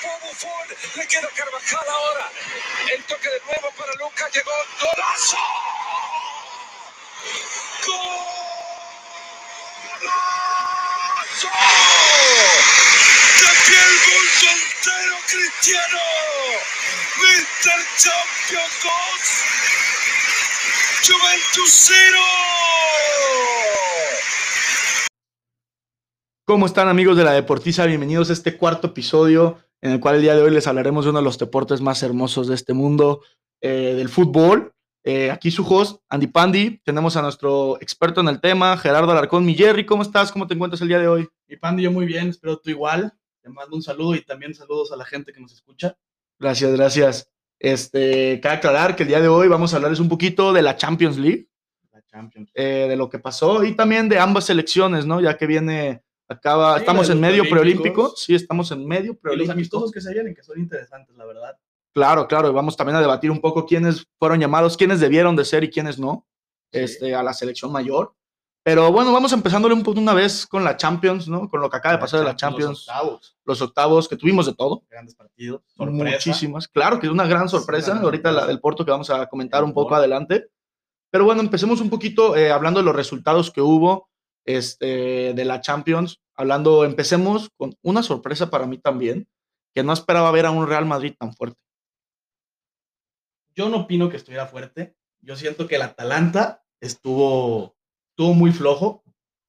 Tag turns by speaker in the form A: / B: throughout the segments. A: Pomo Ford. Le queda Carvajal ahora. El toque de nuevo para Lucas. Llegó golazo. ¡Golazo! ¡De piel gol soltero cristiano! ¡Mr. Champion 2! ¡Juventus 0!
B: ¿Cómo están amigos de la Deportiza? Bienvenidos a este cuarto episodio en el cual el día de hoy les hablaremos de uno de los deportes más hermosos de este mundo, eh, del fútbol. Eh, aquí su host, Andy Pandy. Tenemos a nuestro experto en el tema, Gerardo Alarcón. Mi Jerry, ¿cómo estás? ¿Cómo te encuentras el día de hoy?
C: Mi Pandi, yo muy bien, espero tú igual. Te mando un saludo y también saludos a la gente que nos escucha.
B: Gracias, gracias. Este, cabe aclarar que el día de hoy vamos a hablarles un poquito de la Champions League.
C: La Champions.
B: eh, de lo que pasó y también de ambas selecciones, ¿no? Ya que viene, acaba,
C: Sí,
B: estamos
C: la de
B: en
C: los
B: medio preolímpico,
C: preolímpicos.
B: sí, estamos en medio
C: Pero los
B: preolímpico.
C: amistosos que se vienen, que son interesantes, la verdad.
B: Claro, claro, y vamos también a debatir un poco quiénes fueron llamados, quiénes debieron de ser y quiénes no,
C: Sí.
B: este, a la selección mayor. Pero bueno, vamos empezándole un poco una vez con la Champions, ¿no? Con lo que acaba de pasar de la Champions,
C: Los octavos,
B: los octavos, que tuvimos de todo.
C: grandes partidos. Sorpresa.
B: Muchísimas. Claro que es una gran
C: Sí,
B: sorpresa.
C: una gran
B: Ahorita la
C: sorpresa.
B: del Porto que vamos a comentar
C: El
B: un poco
C: Porto.
B: adelante. Pero bueno, empecemos un poquito eh, hablando de los resultados que hubo este, de la Champions. Hablando, empecemos con una sorpresa para mí también, que no esperaba ver a un Real Madrid tan fuerte.
C: Yo no opino que estuviera fuerte. Yo siento que el Atalanta estuvo, estuvo muy flojo.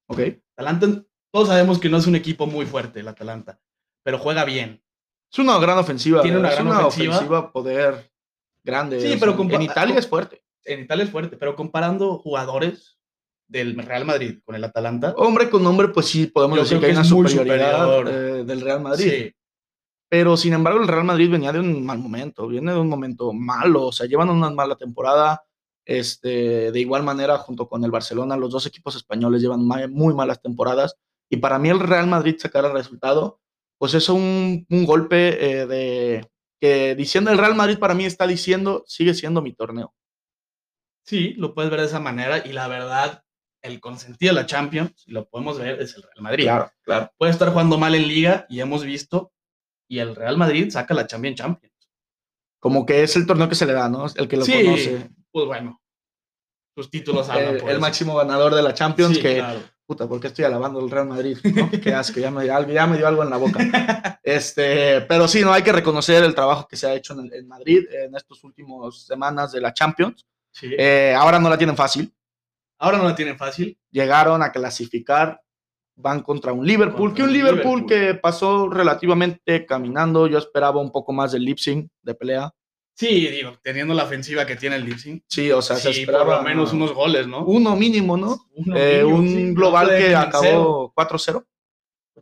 B: ¿Ok?
C: Atalanta, todos sabemos que no es un equipo muy fuerte, el Atalanta, pero juega bien.
B: Es una gran ofensiva.
C: Tiene
B: ¿verdad?
C: una
B: es
C: gran
B: una ofensiva.
C: ofensiva.
B: poder grande.
C: Sí,
B: o
C: pero
B: sea,
C: compa-
B: en Italia es fuerte.
C: En Italia es fuerte, pero comparando jugadores del Real Madrid con el Atalanta,
B: Hombre con hombre, pues sí, podemos
C: Yo
B: decir
C: creo
B: que hay
C: que
B: una
C: es muy
B: superioridad
C: superior.
B: eh, del Real Madrid.
C: sí,
B: Pero sin embargo, el Real Madrid venía de un mal momento, viene de un momento malo, o sea, llevan una mala temporada. Este, de igual manera, junto con el Barcelona, los dos equipos españoles llevan ma- muy malas temporadas. Y para mí, el Real Madrid sacar el resultado, pues es un, un golpe eh, de que diciendo el Real Madrid para mí está diciendo sigue siendo mi torneo.
C: Sí, lo puedes ver de esa manera y la verdad, el consentido de la Champions, y lo podemos ver, es el Real Madrid.
B: claro.
C: Puede estar jugando mal en liga y hemos visto, y el Real Madrid saca la Champions Champions.
B: Como que es el torneo que se le da, ¿no? El que lo
C: Sí,
B: conoce.
C: Pues bueno, sus títulos hablan
B: El,
C: por
B: el
C: eso.
B: máximo ganador de la Champions
C: Sí,
B: que
C: claro.
B: puta, ¿por qué estoy alabando al Real Madrid? ¿no? Qué asco, ya me, algo- ya me dio algo en la boca. Este, pero sí, no hay que reconocer el trabajo que se ha hecho en, el- en Madrid en estas últimas semanas de la Champions.
C: Sí.
B: Eh, ahora no la tienen fácil.
C: Ahora no la tienen fácil.
B: Llegaron a clasificar, van contra un Liverpool,
C: Contra
B: que un
C: un
B: Liverpool,
C: Liverpool.
B: que pasó relativamente caminando. Yo esperaba un poco más de lip sync, de pelea.
C: Sí, digo, teniendo la ofensiva que tiene el Leipzig.
B: Sí, o sea, se
C: sí,
B: esperaba
C: por lo menos unos goles, ¿no?
B: uno mínimo, ¿no?
C: Uno
B: Eh,
C: mínimo,
B: un
C: sí,
B: global
C: no te
B: que
C: dejan cero.
B: acabó 4-0.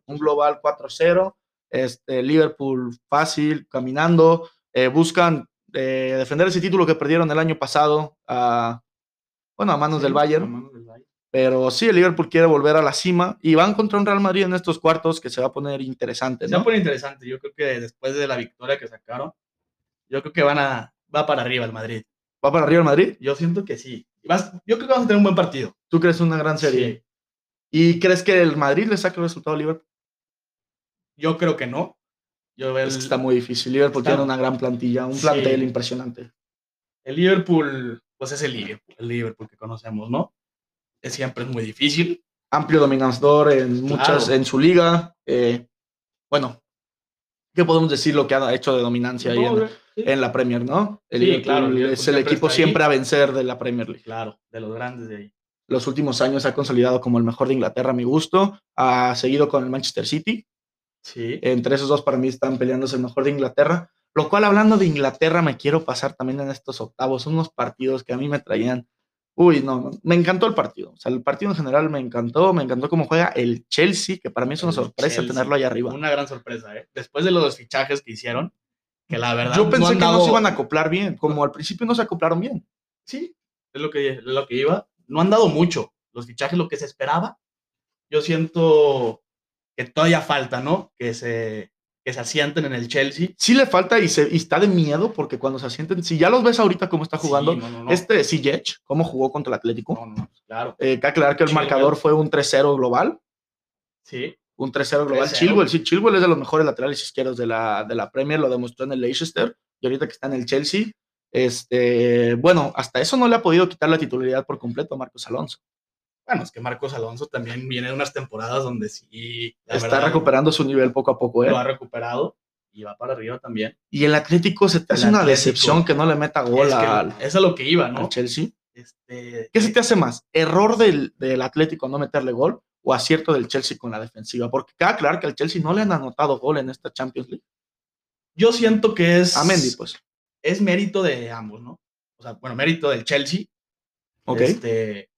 B: Un global 4-0. Este, Liverpool fácil, caminando. eh, buscan eh, defender ese título que perdieron el año pasado a, bueno, a manos del
C: A
B: Bayern.
C: manos del Bayern.
B: Pero sí, el Liverpool quiere volver a la cima y van contra un Real Madrid en estos cuartos que se va a poner interesante.
C: Se va
B: ¿no?
C: a poner interesante. Yo creo que después de la victoria que sacaron, yo creo que van a, va para arriba el Madrid.
B: ¿Va para arriba el Madrid?
C: Yo siento que sí. Vas- yo creo que vamos a tener un buen partido.
B: ¿Tú crees una gran serie?
C: Sí.
B: ¿Y crees que el Madrid le saque el resultado a Liverpool?
C: Yo creo que no. Yo veo el,
B: Es que está muy difícil. Liverpool
C: Está-
B: tiene una gran plantilla, un
C: Sí.
B: plantel impresionante.
C: el Liverpool, pues es el Liverpool, el Liverpool que conocemos, ¿no? Es siempre es muy difícil.
B: amplio dominador en muchas
C: Claro.
B: en su liga. eh, bueno, ¿qué podemos decir lo que ha hecho de dominancia ahí en,
C: Sí,
B: en la Premier, no? El
C: Sí,
B: Liverpool
C: claro, el Liverpool
B: es el
C: siempre
B: equipo
C: está ahí.
B: siempre a vencer de la Premier League.
C: claro, de los grandes de ahí.
B: Los últimos años se ha consolidado como el mejor de Inglaterra a mi gusto. Ha seguido con el Manchester City.
C: Sí.
B: Entre esos dos para mí están peleándose el mejor de Inglaterra. Lo cual, hablando de Inglaterra, me quiero pasar también en estos octavos. Son unos partidos que a mí me traían. Uy, no, me encantó el partido. O sea, el partido en general me encantó. Me encantó cómo juega el Chelsea, que para mí es una
C: El
B: sorpresa
C: Chelsea.
B: tenerlo ahí arriba.
C: Una gran sorpresa, ¿eh? Después de los fichajes que hicieron, que la verdad.
B: Yo pensé
C: han
B: que no
C: dado-
B: se iban a acoplar bien. Como al principio no se acoplaron bien.
C: Sí, es lo que, es lo que iba. No han dado mucho los fichajes, lo que se esperaba. Yo siento que todavía falta, ¿no? Que se, que se asienten en el Chelsea.
B: Sí le falta y, se, y está de miedo porque cuando se asienten, si ya los ves ahorita cómo está jugando,
C: Sí, no, no, no.
B: este Ziyech, cómo jugó contra el Atlético.
C: No, no, claro.
B: Eh, que aclarar que el
C: Sí,
B: marcador
C: claro.
B: fue un 3-0 global.
C: Sí,
B: un 3-0 global.
C: 3-0,
B: Chilwell,
C: güey.
B: sí, Chilwell es de los mejores laterales izquierdos de la, de la Premier, lo demostró en el Leicester y ahorita que está en el Chelsea. Este, bueno, hasta eso no le ha podido quitar la titularidad por completo a Marcos Alonso.
C: Bueno, es que Marcos Alonso también viene de unas temporadas donde sí. la
B: está
C: verdad,
B: recuperando su nivel poco a poco. ¿eh?
C: Lo ha recuperado y va para arriba también.
B: Y el Atlético se te
C: El
B: hace una
C: Atlético.
B: decepción que no le meta gol
C: es, que
B: al,
C: es a lo que iba,
B: al
C: ¿no?
B: Chelsea.
C: Este,
B: ¿Qué se te hace más? ¿Error del, del Atlético no meterle gol o acierto del Chelsea con la defensiva? Porque cabe aclarar que al Chelsea no le han anotado gol en esta Champions League.
C: Yo siento que es.
B: A Mendy, pues.
C: Es mérito de ambos, ¿no? O sea, bueno, mérito del Chelsea.
B: Ok,
C: Este,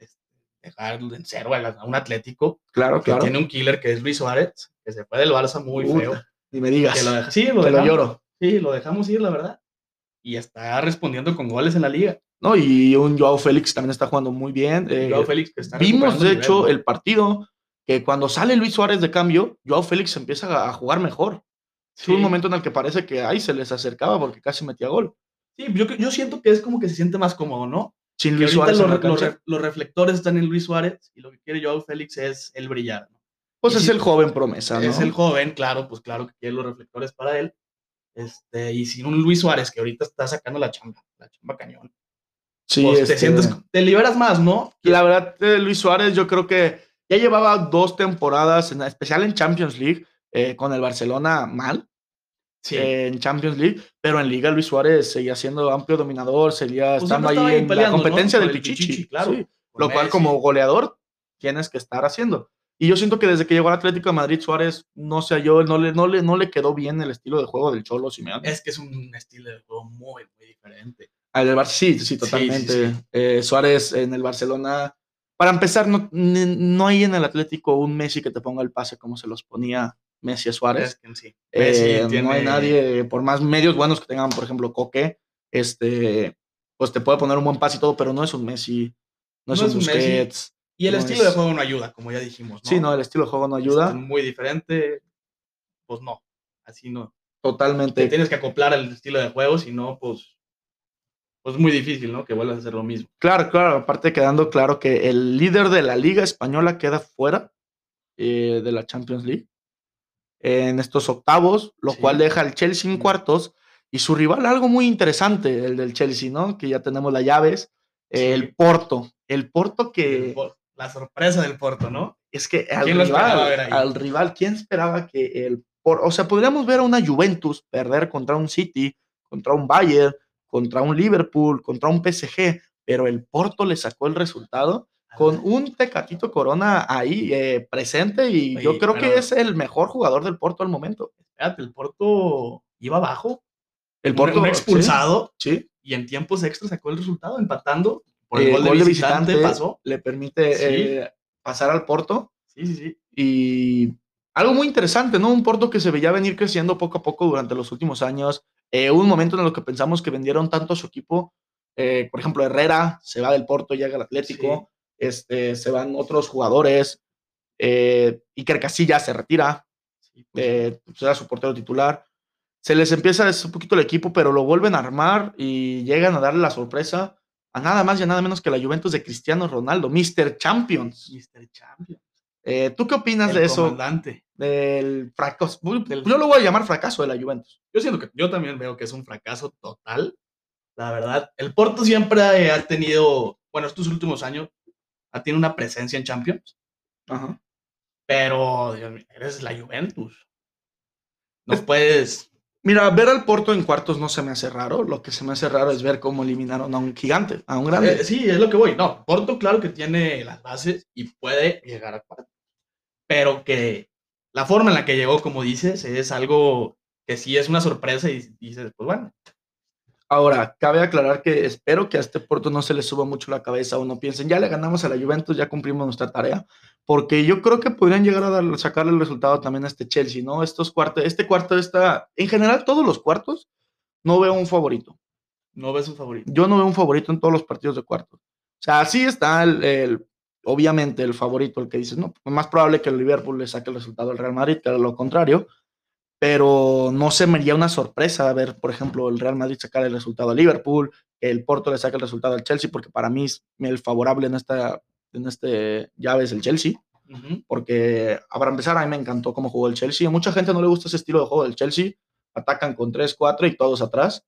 C: este, dejar en cero a, la- a un Atlético
B: claro,
C: que
B: claro.
C: tiene un killer que es Luis Suárez, que se fue del Barça muy
B: Puta,
C: feo.
B: Ni me
C: que
B: digas.
C: lo deja- sí, lo
B: Te lo
C: dejamos,
B: lloro.
C: sí, lo dejamos ir, la verdad. Y está respondiendo con goles en la liga.
B: No, y un Joao Félix también está jugando muy bien. eh,
C: Joao Félix que está
B: vimos,
C: recuperando
B: de
C: nivel,
B: hecho,
C: ¿no?
B: el partido que cuando sale Luis Suárez de cambio, Joao Félix empieza a- a jugar mejor.
C: Sí.
B: Fue un momento en el que parece que ahí se les acercaba porque casi metía gol.
C: Sí, pues yo, yo siento que es como que se siente más cómodo, ¿no?
B: Sin
C: Que
B: Luis
C: ahorita
B: Suárez en
C: los,
B: la
C: re- los
B: cancha.
C: re- los reflectores están en Luis Suárez y lo que quiere Joao Félix es el brillar. ¿no?
B: Pues
C: y
B: es
C: si-
B: el joven promesa, Ah, ¿no?
C: Es el joven, claro, pues claro que quiere los reflectores para él. Este, y sin un Luis Suárez que ahorita está sacando la chamba, la chamba cañón.
B: Sí,
C: pues
B: este,
C: te sientes, te liberas más, ¿no?
B: La verdad, eh, Luis Suárez, yo creo que ya llevaba dos temporadas, en especial en Champions League, eh, con el Barcelona mal,
C: Sí.
B: eh, en Champions League, pero en Liga Luis Suárez seguía siendo amplio dominador, seguía
C: Pues
B: estando ahí,
C: siempre estaba ahí
B: en
C: peleando,
B: la
C: ¿no?
B: competencia
C: Con
B: del
C: el
B: Pichichi,
C: Pichichi, claro.
B: sí,
C: con
B: lo cual
C: Messi.
B: como goleador tienes que estar haciendo. Y yo siento que desde que llegó al Atlético de Madrid, Suárez no se halló, no le, no le, no le quedó bien el estilo de juego del Cholo Simeone.
C: Es que es un estilo de juego muy, muy diferente.
B: Al del Barça, sí, sí,
C: sí,
B: totalmente.
C: sí.
B: Eh, Suárez en el Barcelona. Para empezar, no, ni- no hay en el Atlético un Messi que te ponga el pase como se los ponía Messi a Suárez.
C: Es que sí.
B: Eh,
C: Messi
B: No hay
C: tiene-
B: nadie, por más medios buenos que tengan, por ejemplo, Coque, este, pues te puede poner un buen pase y todo, pero no es un Messi, no, es un
C: Messi,
B: Busquets.
C: Y el
B: no
C: estilo de
B: es-
C: juego no ayuda, como ya dijimos, ¿no? Este,
B: Sí, no, el estilo de juego no
C: Es
B: ayuda
C: muy diferente. Pues no, así no. Te
B: totalmente.
C: tienes que acoplar al estilo de juego, si no, pues, pues es muy difícil, ¿no? Que vuelvas a hacer lo mismo.
B: Claro, claro, aparte quedando claro que el líder de la liga española queda fuera eh, de la Champions League en estos octavos, lo
C: Sí.
B: cual deja al Chelsea en
C: Mm.
B: cuartos y su rival algo muy interesante, el del Chelsea, ¿no? Que ya tenemos las llaves, eh,
C: Sí.
B: el Porto, el Porto que
C: El por- La sorpresa del Porto, ¿no?
B: es que al
C: ¿Quién lo esperaba ver
B: rival,
C: ahí?
B: al rival, ¿quién esperaba que el por, o sea, podríamos ver a una Juventus perder contra un City, contra un Bayern, contra un Liverpool, contra un PSG, pero el Porto le sacó el resultado
C: Ah.
B: con un Tecatito Corona ahí eh, presente y yo
C: Oye,
B: creo que
C: pero-
B: es el mejor jugador del Porto al momento.
C: Espérate, el Porto iba abajo.
B: El
C: un-
B: Porto
C: un
B: sí,
C: expulsado
B: sí,
C: y en tiempos extras sacó el resultado empatando. Por
B: Eh,
C: el gol, de visitante, pasó.
B: le permite
C: Sí.
B: eh, pasar al Porto
C: Sí, sí, sí.
B: y algo muy interesante, ¿no? Un Porto que se veía venir creciendo poco a poco durante los últimos años. Eh, hubo un momento en el que pensamos que vendieron tanto a su equipo. eh, por ejemplo, Herrera se va del Porto, llega al Atlético, este, se van otros jugadores. Eh, Iker Casillas se retira,
C: sí, pues,
B: eh, pues era su portero titular. Se les empieza a des- un poquito el equipo, pero lo vuelven a armar y llegan a darle la sorpresa a nada más y a nada menos que la Juventus de Cristiano Ronaldo, Mr. Champions.
C: Mr. Champion.
B: Eh, ¿Tú qué opinas
C: El
B: de eso?
C: comandante.
B: del fracaso.
C: Del-
B: Yo lo voy a llamar fracaso de la Juventus.
C: Yo siento que yo también veo que es un fracaso total. La verdad, el Porto siempre eh, ha tenido, bueno, estos últimos años ha tenido una presencia en Champions, pero Dios mío, eres la Juventus. No
B: Es-
C: puedes.
B: Mira, ver al Porto en cuartos no se me hace raro. Lo que se me hace raro es ver cómo eliminaron a un gigante, a un grande.
C: eh, sí, es lo que voy. No, Porto claro que tiene las bases y puede llegar a cuarto. Pero que la forma en la que llegó, como dices, es algo que sí es una sorpresa y dices, pues bueno,
B: Ahora, cabe aclarar que espero que a este Porto no se le suba mucho la cabeza o no piensen, ya le ganamos a la Juventus, ya cumplimos nuestra tarea, porque yo creo que podrían llegar a dar- sacarle el resultado también a este Chelsea, ¿no? Estos cuartos, este cuarto está, en general todos los cuartos, no veo un favorito.
C: no ves un favorito.
B: yo no veo un favorito en todos los partidos de cuartos. O sea, sí está el, el- obviamente el favorito, el que dices, no, pues más probable que el Liverpool le saque el resultado al Real Madrid, que era lo contrario, pero no se me haría una sorpresa ver, por ejemplo, el Real Madrid sacar el resultado al Liverpool, que el Porto le saque el resultado al Chelsea, porque para mí es- el favorable en esta en este llave es el Chelsea.
C: Ujú.
B: porque ah, para empezar a mí me encantó cómo jugó el Chelsea. A mucha gente no le gusta ese estilo de juego del Chelsea. Atacan con 3-4 y todos atrás.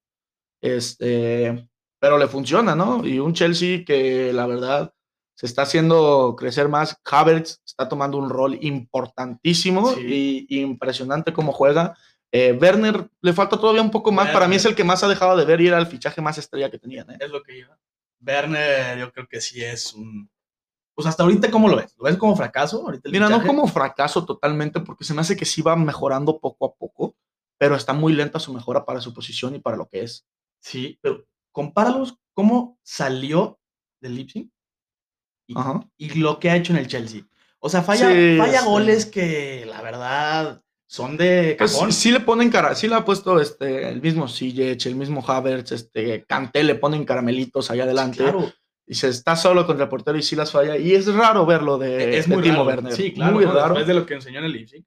B: Este, pero le funciona, ¿no? Y un Chelsea que la verdad se está haciendo crecer más. Havertz está tomando un rol importantísimo
C: Sí.
B: y impresionante cómo juega. Eh, Werner le falta todavía un poco más. Para mí es
C: Werner.
B: el que más ha dejado de ver y era el fichaje más estrella que tenían. ¿eh?
C: Es lo que iba. Werner, yo creo que sí es un. Pues hasta ahorita, ¿cómo lo ves? ¿Lo ves como fracaso? Ahorita el
B: Mira, no
C: fichaje?
B: como fracaso totalmente, porque se me hace que sí va mejorando poco a poco, pero está muy lenta su mejora para su posición y para lo que es.
C: Sí, pero compáralos cómo salió del Leipzig y,
B: Ajá.
C: y lo que ha hecho en el Chelsea. O sea, falla,
B: Sí,
C: falla
B: este-
C: goles que la verdad son de
B: Pues,
C: cajón.
B: sí le ponen cara, sí le ha puesto este, el mismo Sillech, el mismo Havertz, este, Kanté le ponen caramelitos allá adelante
C: Claro.
B: y se está solo contra el portero y sí las falla. Y es raro verlo de,
C: E-, es
B: eh, de
C: muy
B: Timo
C: raro.
B: Werner.
C: Sí, claro.
B: Muy
C: ¿no?
B: raro.
C: Después de lo que enseñó en el Leipzig.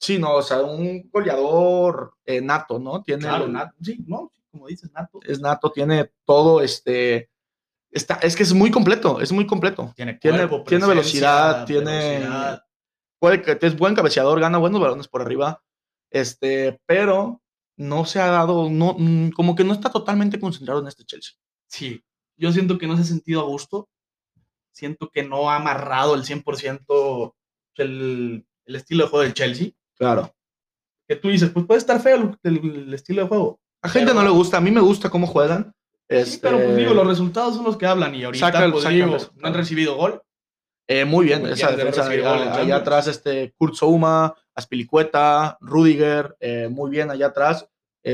B: Sí, no, o sea, un goleador eh, nato, ¿no? Tiene
C: Claro,
B: el-
C: nato. Sí, no, como dices, nato.
B: es nato, tiene todo, este, está, es que es muy completo, es muy completo.
C: Tiene,
B: tiene-
C: cuerpo,
B: tiene velocidad,
C: presencia,
B: tiene-
C: velocidad.
B: puede que es buen cabeceador, gana buenos balones por arriba, este, pero no se ha dado, no, mm, como que no está totalmente concentrado en este Chelsea.
C: Sí, yo siento que no se ha sentido a gusto. Siento que no ha amarrado el 100% el, el estilo de juego del Chelsea.
B: Claro.
C: Que tú dices, pues puede estar feo el, el- el estilo de juego.
B: A gente
C: Pero-
B: no le gusta, a mí me gusta cómo juegan.
C: Sí,
B: este,
C: pero pues digo, los resultados son los que hablan y ahorita
B: Saca el-
C: pues,
B: saca el
C: digo,
B: resultado.
C: no han recibido gol.
B: eh, muy bien,
C: Muy
B: esa
C: bien, de
B: defensa
C: recibir
B: allá,
C: gol en
B: allá
C: Champions.
B: atrás, este, Kurt Souma, Aspilicueta, Rudiger, eh, muy bien allá atrás.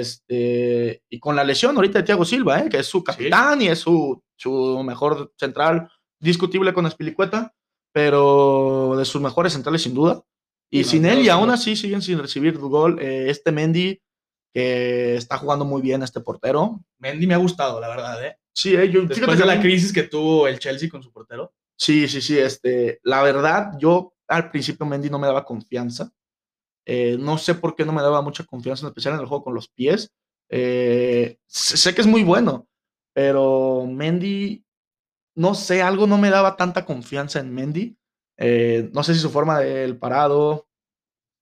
B: Este, y con la lesión ahorita de Thiago Silva, eh, que es su capitán y es su, su mejor central, discutible con Aspilicueta, pero de sus mejores centrales sin duda. Y
C: Sí, no,
B: sin
C: no,
B: él, y
C: sí,
B: aún
C: no.
B: así siguen sin recibir gol. eh, este Mendy, que está jugando muy bien, este portero.
C: Mendy me ha gustado, la verdad, ¿eh?
B: Sí, eh, yo,
C: Después
B: fíjate
C: de
B: que
C: la
B: no-
C: crisis que tuvo el Chelsea con su portero.
B: Sí, sí, sí. Este, la verdad, yo al principio Mendy no me daba confianza. Eh, no sé por qué no me daba mucha confianza, en especial en el juego con los pies. Eh, sé sé que es muy bueno, pero Mendy, no sé, algo no me daba tanta confianza en Mendy. Eh, no sé si su forma del parado,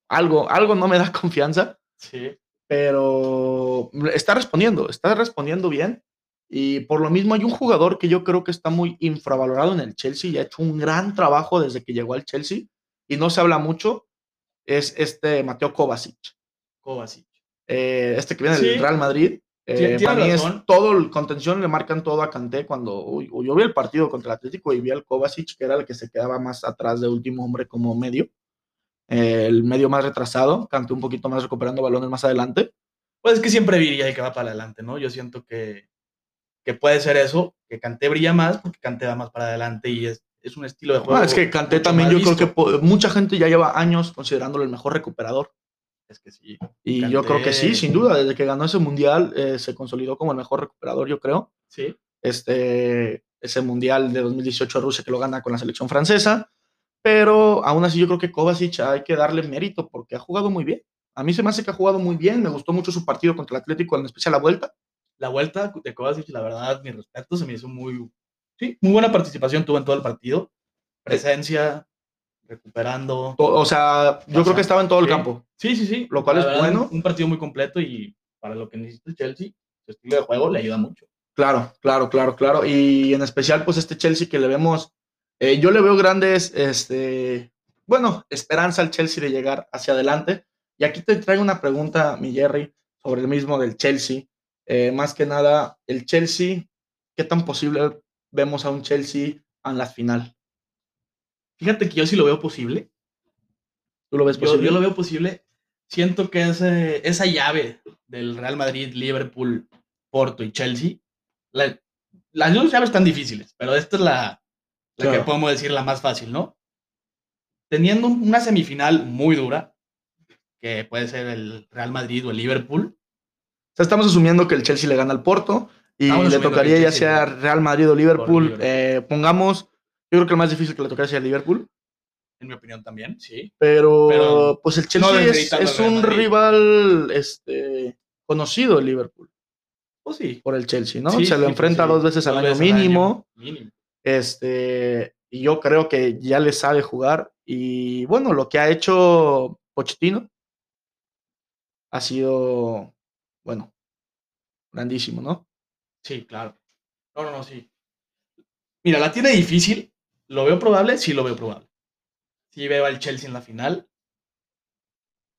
B: algo, algo no me da confianza
C: Sí.
B: pero está respondiendo, está respondiendo bien. Y por lo mismo hay un jugador que yo creo que está muy infravalorado en el Chelsea y ha hecho un gran trabajo desde que llegó al Chelsea y no se habla mucho, es este Mateo Kovacic,
C: Kovacic.
B: eh, este que viene
C: Sí.
B: del Real Madrid. Eh,
C: tiene
B: para mí es
C: razón.
B: todo el contención, le marcan todo a Kanté cuando uy, uy, yo vi el partido contra el Atlético y vi al Kovacic, que era el que se quedaba más atrás de último hombre como medio, eh, el medio más retrasado, Kanté un poquito más recuperando balones más adelante,
C: Pues es que siempre brilla el que va para adelante, ¿no? Yo siento que, que puede ser eso, que Kanté brilla más porque Kanté va más para adelante y es, es un estilo de juego.
B: Ah, es que Kanté
C: mucho
B: también
C: más
B: yo
C: visto.
B: creo que po- mucha gente ya lleva años considerándolo el mejor recuperador.
C: Es que sí.
B: Y yo creo que sí,
C: Kanté.
B: sin duda, desde que ganó ese mundial eh, se consolidó como el mejor recuperador, yo creo.
C: Sí.
B: Este, ese mundial de 2018 de Rusia que lo gana con la selección francesa. Pero aún así yo creo que Kovacic hay que darle mérito porque ha jugado muy bien. A mí se me hace que ha jugado muy bien, me gustó mucho su partido contra el Atlético, en especial la vuelta.
C: La vuelta de Kovacic, la verdad, mi respeto, se me hizo muy. Sí, muy buena participación tuvo en todo el partido.
B: Eh,
C: Presencia, recuperando.
B: To- O sea, yo
C: Pasa.
B: creo que estaba en todo el
C: Sí.
B: campo.
C: Sí, sí, sí.
B: Lo cual es bueno.
C: Un partido muy completo y para lo que necesita el Chelsea, su estilo de juego le ayuda mucho.
B: Claro, claro, claro, claro. Y en especial, pues este Chelsea que le vemos, eh, yo le veo grandes, este, bueno, esperanza al Chelsea de llegar hacia adelante. Y aquí te traigo una pregunta, mi Jerry, sobre el mismo del Chelsea. Eh, más que nada, el Chelsea, ¿qué tan posible vemos a un Chelsea en la final?
C: Fíjate que yo sí lo veo posible.
B: ¿Tú lo ves
C: Yo,
B: posible?
C: yo lo veo posible. Siento que ese- esa llave del Real Madrid, Liverpool, Porto y Chelsea, la- las dos llaves están difíciles, pero esta es la, la
B: Claro.
C: que podemos decir la más fácil, ¿no? Teniendo un- una semifinal muy dura, que puede ser el Real Madrid o el Liverpool,
B: O sea, estamos asumiendo que el Chelsea le gana al Porto y le
C: Estamos asumiendo que
B: tocaría
C: el
B: ya
C: Chelsea
B: sea Real Madrid o Liverpool.
C: Liverpool.
B: eh, pongamos, yo creo que el más difícil que le tocaría sea el Liverpool.
C: en mi opinión también, sí.
B: pero,
C: Pero
B: pues el Chelsea es,
C: desmeritando
B: es
C: al Real
B: un
C: Madrid.
B: rival este, conocido el Liverpool
C: Pues sí.
B: por el Chelsea, ¿no?
C: Sí, pues
B: Se
C: sí,
B: lo
C: sí,
B: enfrenta
C: sí.
B: dos veces al
C: Dos
B: año
C: veces al año,
B: mínimo,
C: mínimo.
B: este Y yo creo que ya le sabe jugar. Y bueno, lo que ha hecho Pochettino ha sido, bueno, grandísimo, ¿no?
C: Sí, claro. No, no, no, sí. Mira, la tiene difícil. ¿Lo veo probable? Sí, lo veo probable. Sí veo al Chelsea en la final.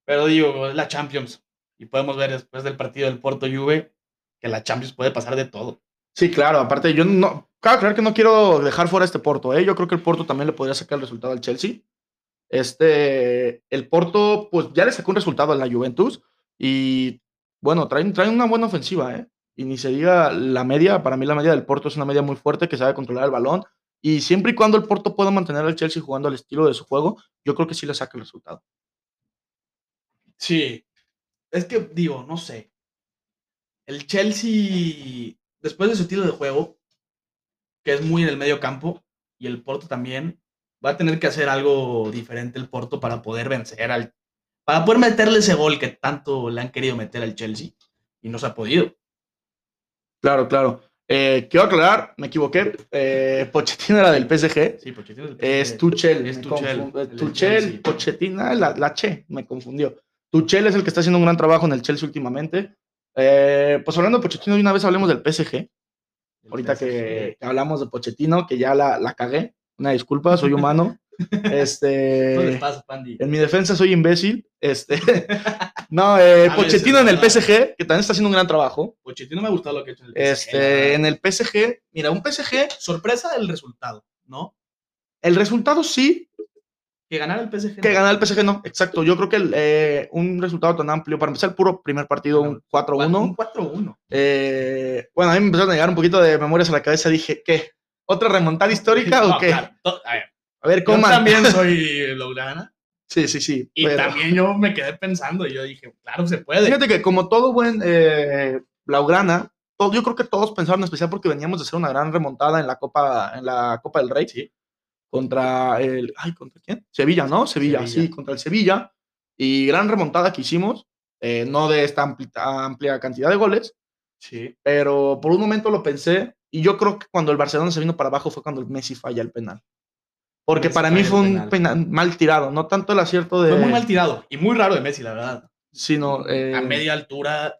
C: Pero digo, es la Champions. Y podemos ver después del partido del Porto Juve que la Champions puede pasar de todo.
B: Sí, claro, aparte yo no, claro, claro que no quiero dejar fuera este Porto, ¿eh? yo creo que el Porto también le podría sacar el resultado al Chelsea. Este, el Porto, pues ya le sacó un resultado a la Juventus y bueno, traen, traen una buena ofensiva, ¿eh? y ni se diga la media, para mí la media del Porto es una media muy fuerte que sabe controlar el balón y siempre y cuando el Porto pueda mantener al Chelsea jugando al estilo de su juego, yo creo que sí le saca el resultado.
C: Sí. Es que digo, no sé. El Chelsea, después de su estilo de juego, que es muy en el medio campo, y el Porto también, va a tener que hacer algo diferente el Porto para poder vencer al. para poder meterle ese gol que tanto le han querido meter al Chelsea y no se ha podido.
B: Claro, claro. Eh, quiero aclarar, me equivoqué. Eh, Pochettino era del PSG.
C: Sí, Pochettino el
B: Es
C: Tuchel.
B: Tuchel.
C: Es
B: Eh, me
C: Tuchel,
B: confundo-
C: el del
B: Tuchel,
C: Chelsea.
B: Pochettino, la, la Che, me confundió. Tuchel es el que está haciendo un gran trabajo en el Chelsea últimamente. Eh, pues hablando de Pochettino, de una vez hablemos del PSG.
C: El
B: Ahorita
C: PSG.
B: que, que hablamos de Pochettino, que ya la, la cagué. Una disculpa, soy humano. este.
C: ¿Qué les pasa, Pandi?
B: En mi defensa soy imbécil. Este, no, eh,
C: A veces,
B: Pochettino en el
C: ¿verdad?
B: PSG, que también está haciendo un gran trabajo.
C: Pochettino me ha gustado lo que ha hecho en el PSG, la
B: Este,
C: verdad.
B: en el PSG, mira, un PSG,
C: Sorpresa del resultado, ¿no?
B: el resultado sí,
C: Que ganara el PSG.
B: que
C: no.
B: ganar el PSG no, exacto. Yo creo que el, eh, un resultado tan amplio, para empezar, el puro primer partido, un
C: Un
B: 4-1.
C: 4-1
B: eh, bueno, a mí me empezaron a llegar un poquito de memorias a la cabeza. Dije, ¿qué? ¿Otra remontada histórica
C: No,
B: o qué?
C: claro, to- a ver,
B: A ver,
C: yo
B: coman.
C: también soy Lourana.
B: Sí, sí, sí.
C: Y
B: pero-
C: también yo me quedé pensando y yo dije, claro, se puede.
B: Fíjate que como todo buen eh, Blaugrana, todo- yo creo que todos pensaron en especial porque veníamos de hacer una gran remontada en la Copa, en la Copa del Rey.
C: Sí.
B: Contra el. Ay, ¿contra quién? Sevilla, ¿no? Sevilla,
C: Sevilla.
B: sí, contra el Sevilla. Y gran remontada que hicimos. eh, no de esta ampli- amplia cantidad de goles,
C: Sí.
B: pero por un momento lo pensé. Y yo creo que cuando el Barcelona se vino para abajo fue cuando el Messi falla el penal. Porque
C: Messi
B: para mí
C: falla
B: fue
C: el
B: un
C: penal.
B: penal mal tirado, no tanto el acierto de.
C: Fue muy mal tirado y muy raro de Messi, la verdad.
B: Sino, eh,
C: a media altura.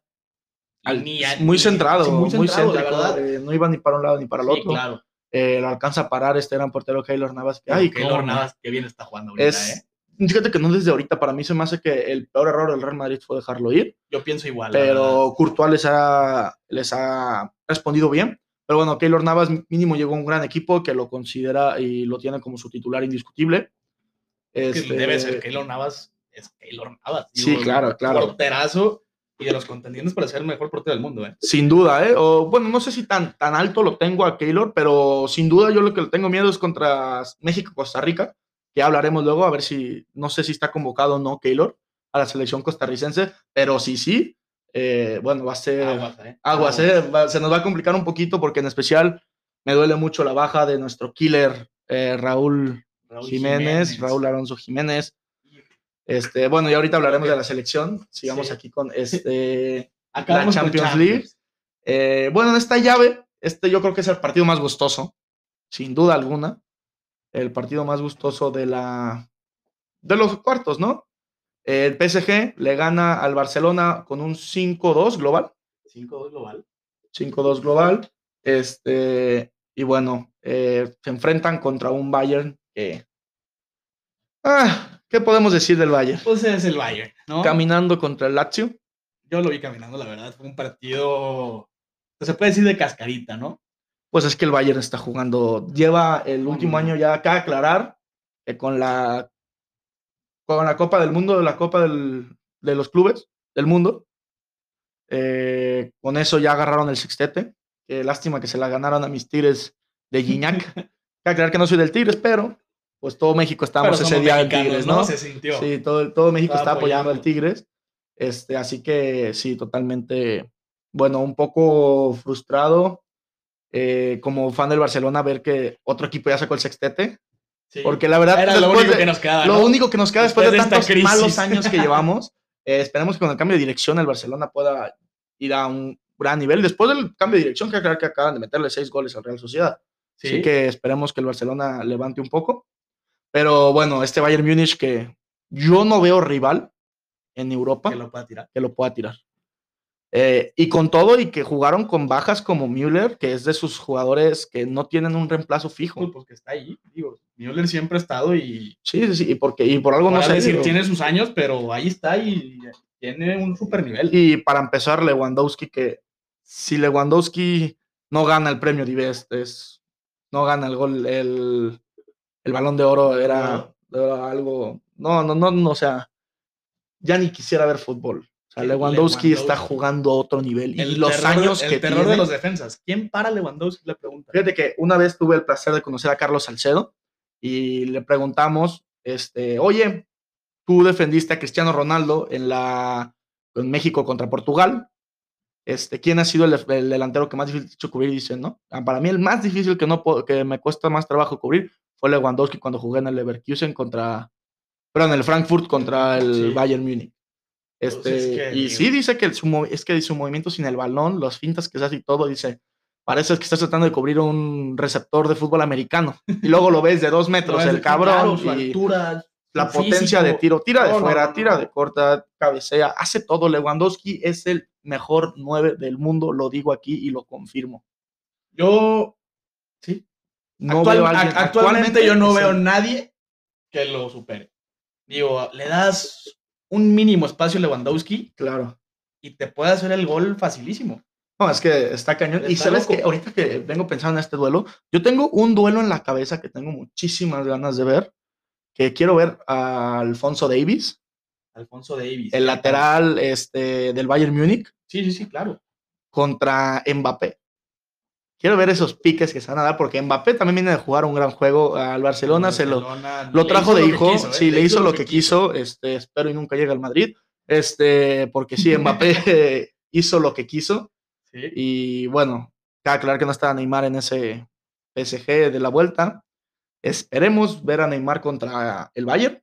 C: y
B: al-
C: ni a-
B: muy
C: ni-
B: centrado,
C: sí,
B: muy,
C: centrado,
B: céntrico, eh, no iba ni para un lado ni para el
C: Sí,
B: otro.
C: claro.
B: Eh, lo alcanza a parar este gran portero Keylor Navas. que, ay,
C: Ay, Keylor
B: cómo,
C: Navas, qué bien está jugando ahorita,
B: Es,
C: ¿eh?
B: Fíjate que no desde ahorita, para mí se me hace que el peor error del Real Madrid fue dejarlo ir,
C: Yo pienso igual. la verdad.
B: pero Courtois les ha, les ha respondido bien. Pero bueno, Keylor Navas mínimo llegó a un gran equipo que lo considera y lo tiene como su titular indiscutible.
C: Es que
B: Este,
C: Debe ser Keylor Navas, es Keylor Navas.
B: Sí, claro, claro.
C: Porterazo y de los contendientes para ser el mejor portero del mundo, ¿eh?
B: Sin duda, ¿eh? O, bueno, no sé si tan, tan alto lo tengo a Keylor, pero sin duda yo lo que le tengo miedo es contra México-Costa Rica, que ya hablaremos luego, a ver si, no sé si está convocado o no Keylor a la selección costarricense, pero si sí, eh, bueno, va a ser aguas,
C: Aguas, ¿eh?
B: ¿eh? Va- se nos va a complicar un poquito porque en especial me duele mucho la baja de nuestro killer eh, Raúl
C: Raúl
B: Jiménez, Raúl Alonso Jiménez. Este, bueno, y ahorita hablaremos de la selección, sigamos
C: Sí.
B: aquí con este...
C: Acabamos
B: la
C: con
B: Champions League. Eh, bueno, en esta llave, este yo creo que es el partido más gustoso, sin duda alguna. El partido más gustoso de la de los cuartos, ¿no? El PSG le gana al Barcelona con un 5-2 global.
C: 5-2 global.
B: 5-2 global. Este, y bueno, eh, se enfrentan contra un Bayern que. Ah, ¿qué podemos decir del Bayern?
C: Pues es el Bayern, ¿no?
B: Caminando contra el Lazio.
C: Yo lo vi caminando, la verdad. Fue un partido, pues, se puede decir de cascarita, ¿no?
B: Pues es que el Bayern está jugando, lleva el último
C: no.
B: año ya acá aclarar que con la con la Copa del Mundo, la Copa del- de los clubes del mundo. eh, con eso ya agarraron el sextete. que lástima que se la ganaron a mis Tigres de Gignac. Cabe aclarar que no soy del Tigres, pero pues todo México estábamos
C: Pero
B: ese
C: somos
B: día en
C: mexicanos,
B: Tigres, ¿no?
C: Se sintió.
B: Sí, todo, todo México
C: Estaba
B: está apoyando al
C: apoyando.
B: Tigres. Este, así que sí, totalmente, bueno, un poco frustrado eh, como fan del Barcelona ver que otro equipo ya sacó el sextete.
C: Sí.
B: Porque la verdad,
C: era lo
B: después
C: único
B: de-
C: que nos quedaba.
B: lo
C: ¿no?
B: único que nos queda después,
C: Después
B: de
C: de
B: tantos
C: esta crisis.
B: malos años que llevamos, eh, esperemos que con el cambio de dirección el Barcelona pueda ir a un gran nivel. Después del cambio de dirección, que aclarar que acaban de meterle seis goles al Real Sociedad.
C: Sí.
B: Así que esperemos que el Barcelona levante un poco. Pero bueno, este Bayern Múnich que yo no veo rival en Europa
C: que lo pueda tirar.
B: que lo pueda tirar. Eh, y con todo, y que jugaron con bajas como Müller, que es de sus jugadores que no tienen un reemplazo
C: Pues,
B: fijo.
C: pues, que está ahí, digo, Müller siempre ha estado y
B: Sí, sí, sí, y, porque, y por algo no
C: podrás
B: se ha
C: decir,
B: ido.
C: tiene sus años, pero ahí está y tiene un super nivel.
B: Y para empezar, Lewandowski, que si Lewandowski no gana el premio de Best, es, no gana el gol, el, el balón de oro era, era algo. No, no, no, no, o sea, ya ni quisiera ver fútbol. O sea,
C: El
B: Lewandowski, está
C: Lewandowski.
B: jugando a otro nivel. y
C: El
B: los
C: terror-
B: años
C: el
B: que
C: terror
B: tiene,
C: de los defensas. ¿Quién para Lewandowski? La pregunta.
B: Fíjate que una vez tuve el placer de conocer a Carlos Salcedo y le preguntamos, este, oye, tú defendiste a Cristiano Ronaldo en la en México contra Portugal. Este, ¿quién ha sido el, def- el delantero que más difícil te cubrir? Dice, ¿no? Ah, Para mí el más difícil que no puedo- que me cuesta más trabajo cubrir fue Lewandowski cuando jugué en el Leverkusen contra, perdón, en el Frankfurt contra el
C: Sí.
B: Bayern Múnich. Este,
C: Entonces, ¿qué
B: y
C: digo?
B: sí dice que el- su, mov- es que su movimiento sin el balón, las fintas que se hace y todo, dice, parece que estás tratando de cubrir un receptor de fútbol americano. Y luego lo ves de dos
C: No,
B: metros,
C: es
B: el cabrón,
C: claro, su
B: y
C: altura,
B: la
C: su
B: potencia
C: físico.
B: de tiro, tira
C: No,
B: de
C: no,
B: fuera,
C: no, no,
B: tira
C: no.
B: de corta, cabecea, hace todo. Lewandowski es el mejor 9 del mundo, lo digo aquí y lo confirmo.
C: Yo, sí.
B: No
C: Actual-
B: veo a
C: ac-
B: alguien-
C: actualmente, yo no
B: es
C: veo
B: el-
C: nadie que lo supere. Digo, le das un mínimo espacio a Lewandowski
B: Claro.
C: y te puede hacer el gol facilísimo.
B: No, es que está cañón. y
C: Está
B: sabes
C: loco.
B: que ahorita que vengo pensando en este duelo, yo tengo un duelo en la cabeza que tengo muchísimas ganas de ver, que quiero ver a Alfonso Davis,
C: Alfonso Davis.
B: el lateral este, del Bayern Múnich,
C: Sí, sí, sí, claro.
B: contra Mbappé. Quiero ver esos piques que se van a dar, porque Mbappé también viene de jugar un gran juego al Barcelona, se lo,
C: Barcelona
B: lo
C: le
B: trajo
C: hizo
B: de
C: lo que
B: hijo,
C: quiso, ¿eh?
B: sí, le hizo lo que quiso, este, espero y nunca llegue al Madrid, este, porque sí, Mbappé hizo lo que quiso,
C: Sí.
B: y bueno, cabe aclarar que no está Neymar en ese PSG de la vuelta. Esperemos ver a Neymar contra el Bayern.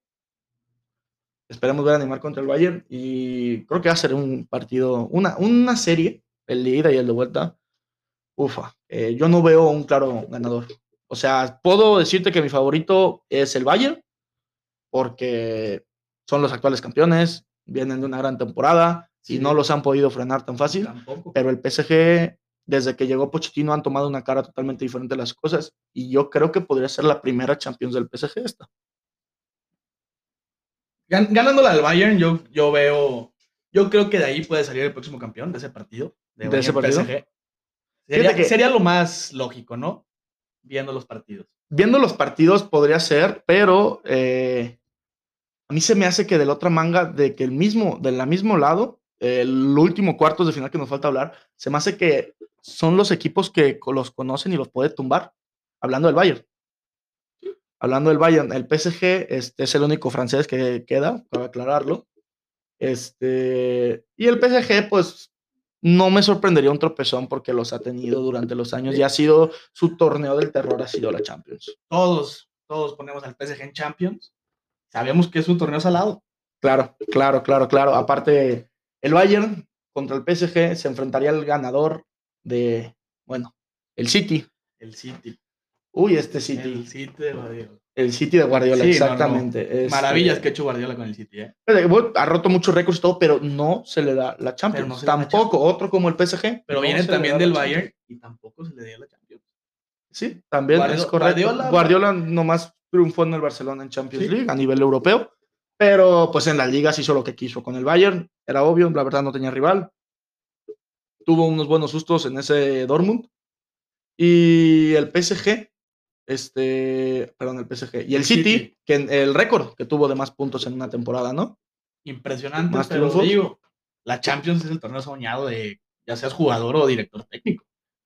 B: Esperemos ver a Neymar contra el Bayern. Y creo que va a ser un partido, una, una serie, el de ida y el de vuelta. Ufa, eh, yo no veo un claro ganador. O sea, puedo decirte que mi favorito es el Bayern, porque son los actuales campeones, vienen de una gran temporada y
C: Sí.
B: no los han podido frenar tan fácil
C: Tampoco.
B: pero el PSG, desde que llegó Pochettino, han tomado una cara totalmente diferente a las cosas. Y yo creo que podría ser la primera Champions del PSG esta.
C: Gan- Ganándola al Bayern, yo, yo veo. Yo creo que de ahí puede salir el próximo campeón de ese partido.
B: ¿De ese partido?
C: PSG. Sería,
B: que-
C: sería lo más lógico, ¿no? Viendo los partidos.
B: Viendo los partidos podría ser, pero eh, a mí se me hace que del otra manga, de que el mismo, del la mismo lado, el último cuartos de final que nos falta hablar, se me hace que son los equipos que co- los conocen y los puede tumbar. Hablando del Bayern. Hablando del Bayern, el PSG este, es el único francés que queda, para aclararlo. Este, y el PSG, pues, no me sorprendería un tropezón porque los ha tenido durante los años y ha sido su torneo del terror, ha sido la Champions.
C: Todos, todos ponemos al PSG en Champions. Sabemos que es un torneo salado.
B: Claro, claro, claro, claro. Aparte, el Bayern contra el PSG se enfrentaría al ganador de, bueno, el City.
C: El City.
B: Uy, este City.
C: El
B: El,
C: City de Guardiola.
B: City de Guardiola,
C: Sí, no, no.
B: exactamente. Este,
C: Maravillas que ha hecho Guardiola con el City, ¿eh?
B: Fíjate, bueno, Ha roto muchos récords y todo, pero no se le da la Champions.
C: no se le da la
B: Tampoco, otro como el PSG.
C: Pero
B: no
C: viene
B: se le da
C: también
B: la
C: del
B: Champions.
C: Bayern y tampoco se le dio la Champions.
B: Sí, también
C: Guardio-
B: es correcto.
C: Guardiola-
B: Guardiola, nomás triunfó en el Barcelona en Champions
C: Sí.
B: League a nivel europeo, pero pues en las ligas hizo lo que quiso con el Bayern, era obvio, la verdad no tenía rival. Tuvo unos buenos sustos en ese Dortmund y el PSG este, perdón, el PSG y el
C: El
B: City,
C: City.
B: que en- el récord que tuvo de más puntos en una temporada, ¿no?
C: Impresionante,
B: Más
C: pero
B: triunfos.
C: digo, la Champions es el torneo soñado de ya seas jugador o director técnico.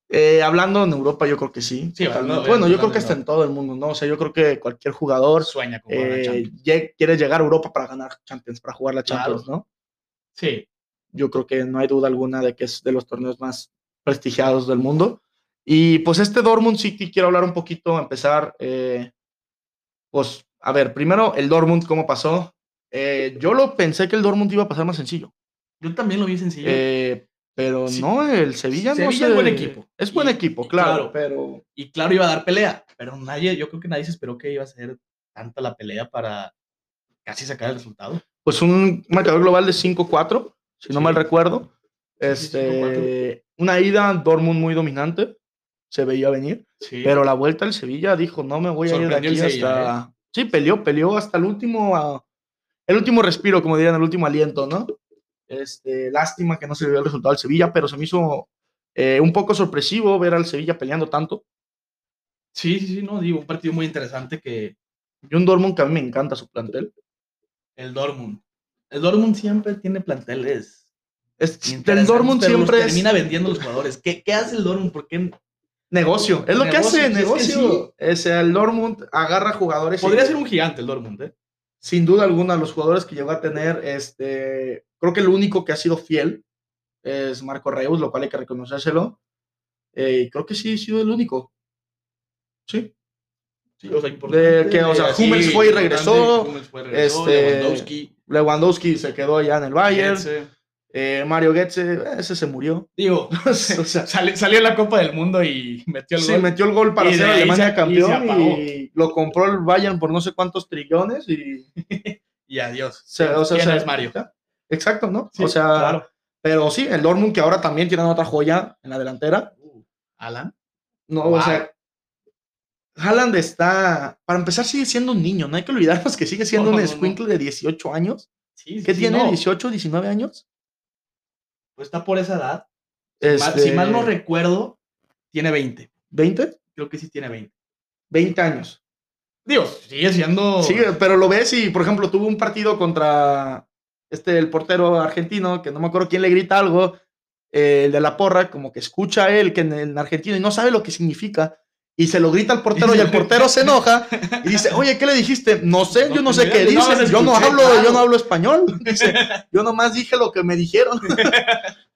B: Eh, hablando en Europa, yo creo que sí.
C: Sí, hablando-
B: Totalmente. bueno, yo creo
C: hablando
B: que
C: en
B: está en todo el mundo, ¿no? O sea, yo creo que cualquier jugador
C: Sueña con jugar la
B: eh,
C: Champions.
B: lle- quiere llegar a Europa para ganar Champions, para jugar la
C: Claro.
B: Champions, ¿no?
C: Sí,
B: Yo creo que no hay duda alguna de que es de los torneos más prestigiados del mundo. Y pues este Dortmund City, quiero hablar un poquito, empezar, eh, pues, a ver, primero el Dortmund, ¿cómo pasó? Eh, yo lo pensé que el Dortmund iba a pasar más sencillo.
C: yo también lo vi sencillo.
B: Eh, Pero
C: Sí.
B: no, el Sevilla, no
C: Sevilla es
B: se-
C: buen equipo.
B: Es buen
C: Y-
B: equipo,
C: y
B: claro,
C: claro.
B: pero
C: Y claro, iba a dar pelea, pero nadie, yo creo que nadie se esperó que iba a ser tanta la pelea para casi sacar el resultado.
B: pues un marcador global de 5-4, si no
C: Sí.
B: mal recuerdo.
C: Sí, sí,
B: Este, una ida Dortmund muy dominante, se veía venir,
C: Sí.
B: pero la vuelta al Sevilla dijo, no me voy a ir de
C: Sorprendió el
B: aquí
C: Sevilla, ¿eh?
B: hasta... Sí, peleó, peleó hasta el último, ah, el último respiro, como dirían, el último aliento, ¿no? Este, lástima que no se vio el resultado al Sevilla, pero se me hizo eh, un poco sorpresivo ver al Sevilla peleando tanto.
C: sí, sí, sí, no, digo, un partido muy interesante que
B: Y un Dortmund que a mí me encanta su plantel.
C: el Dortmund. El Dortmund siempre tiene planteles.
B: Es- el
C: interesantes,
B: Dortmund
C: pero los
B: siempre es
C: termina vendiendo los jugadores. ¿Qué, qué hace el Dortmund? ¿Por qué
B: negocio. Es lo que
C: Negocio,
B: hace
C: es que
B: negocio.
C: sí.
B: Es, el Dortmund agarra jugadores. y-
C: Podría ser un gigante el Dortmund, ¿eh?
B: Sin duda alguna, los jugadores que llegó a tener, este, creo que el único que ha sido fiel es Marco Reus, lo cual hay que reconocérselo. Eh, y creo que sí ha sido el único. Sí.
C: Sí, o sea, importante.
B: que, o sea,
C: Sí,
B: Hummels fue y
C: importante,
B: regresó,
C: Hummels fue y regresó,
B: este,
C: Lewandowski,
B: Lewandowski se quedó allá en el Bayern.
C: Goetze.
B: Eh, Mario Goetze, eh, ese se murió.
C: Digo,
B: O sea,
C: sali- salió en la Copa del Mundo y metió el
B: Sí,
C: gol.
B: metió el gol para
C: Y de
B: hacer
C: ahí
B: Alemania
C: se- y se
B: campeón
C: apagó.
B: y, lo compró el Bayern por no sé cuántos trillones y
C: Y adiós.
B: se, o sea,
C: ¿Quién
B: se-
C: es Mario?
B: Exacto, ¿no?
C: Sí,
B: o sea,
C: claro.
B: pero sí, el Dortmund que ahora también tiene otra joya en la delantera.
C: Alan.
B: No, o
C: Wow.
B: sea, Haaland está, para empezar sigue siendo un niño, no hay que olvidarnos que sigue siendo
C: No,
B: un
C: no, no, no.
B: escuincle de 18 años.
C: Sí, sí,
B: ¿Qué
C: sí,
B: tiene?
C: no,
B: ¿18, 19 años?
C: Pues está por esa edad. Ma-
B: Este,
C: Si mal no recuerdo, tiene 20.
B: ¿20?
C: Creo que sí tiene 20.
B: 20 años.
C: Digo, sigue siendo.
B: Sí, pero lo ves y, por ejemplo, tuvo un partido contra este, el portero argentino, que no me acuerdo quién le grita algo, eh, el de la porra, como que escucha a él que en, en argentino y no sabe lo que significa. Y se lo grita al portero y el portero se enoja y dice, oye, ¿qué le dijiste? No sé, yo no sé qué
C: No, no
B: dice,
C: les
B: yo no
C: escuché,
B: hablo,
C: claro.
B: yo no hablo español. Dice, yo nomás dije lo que me dijeron.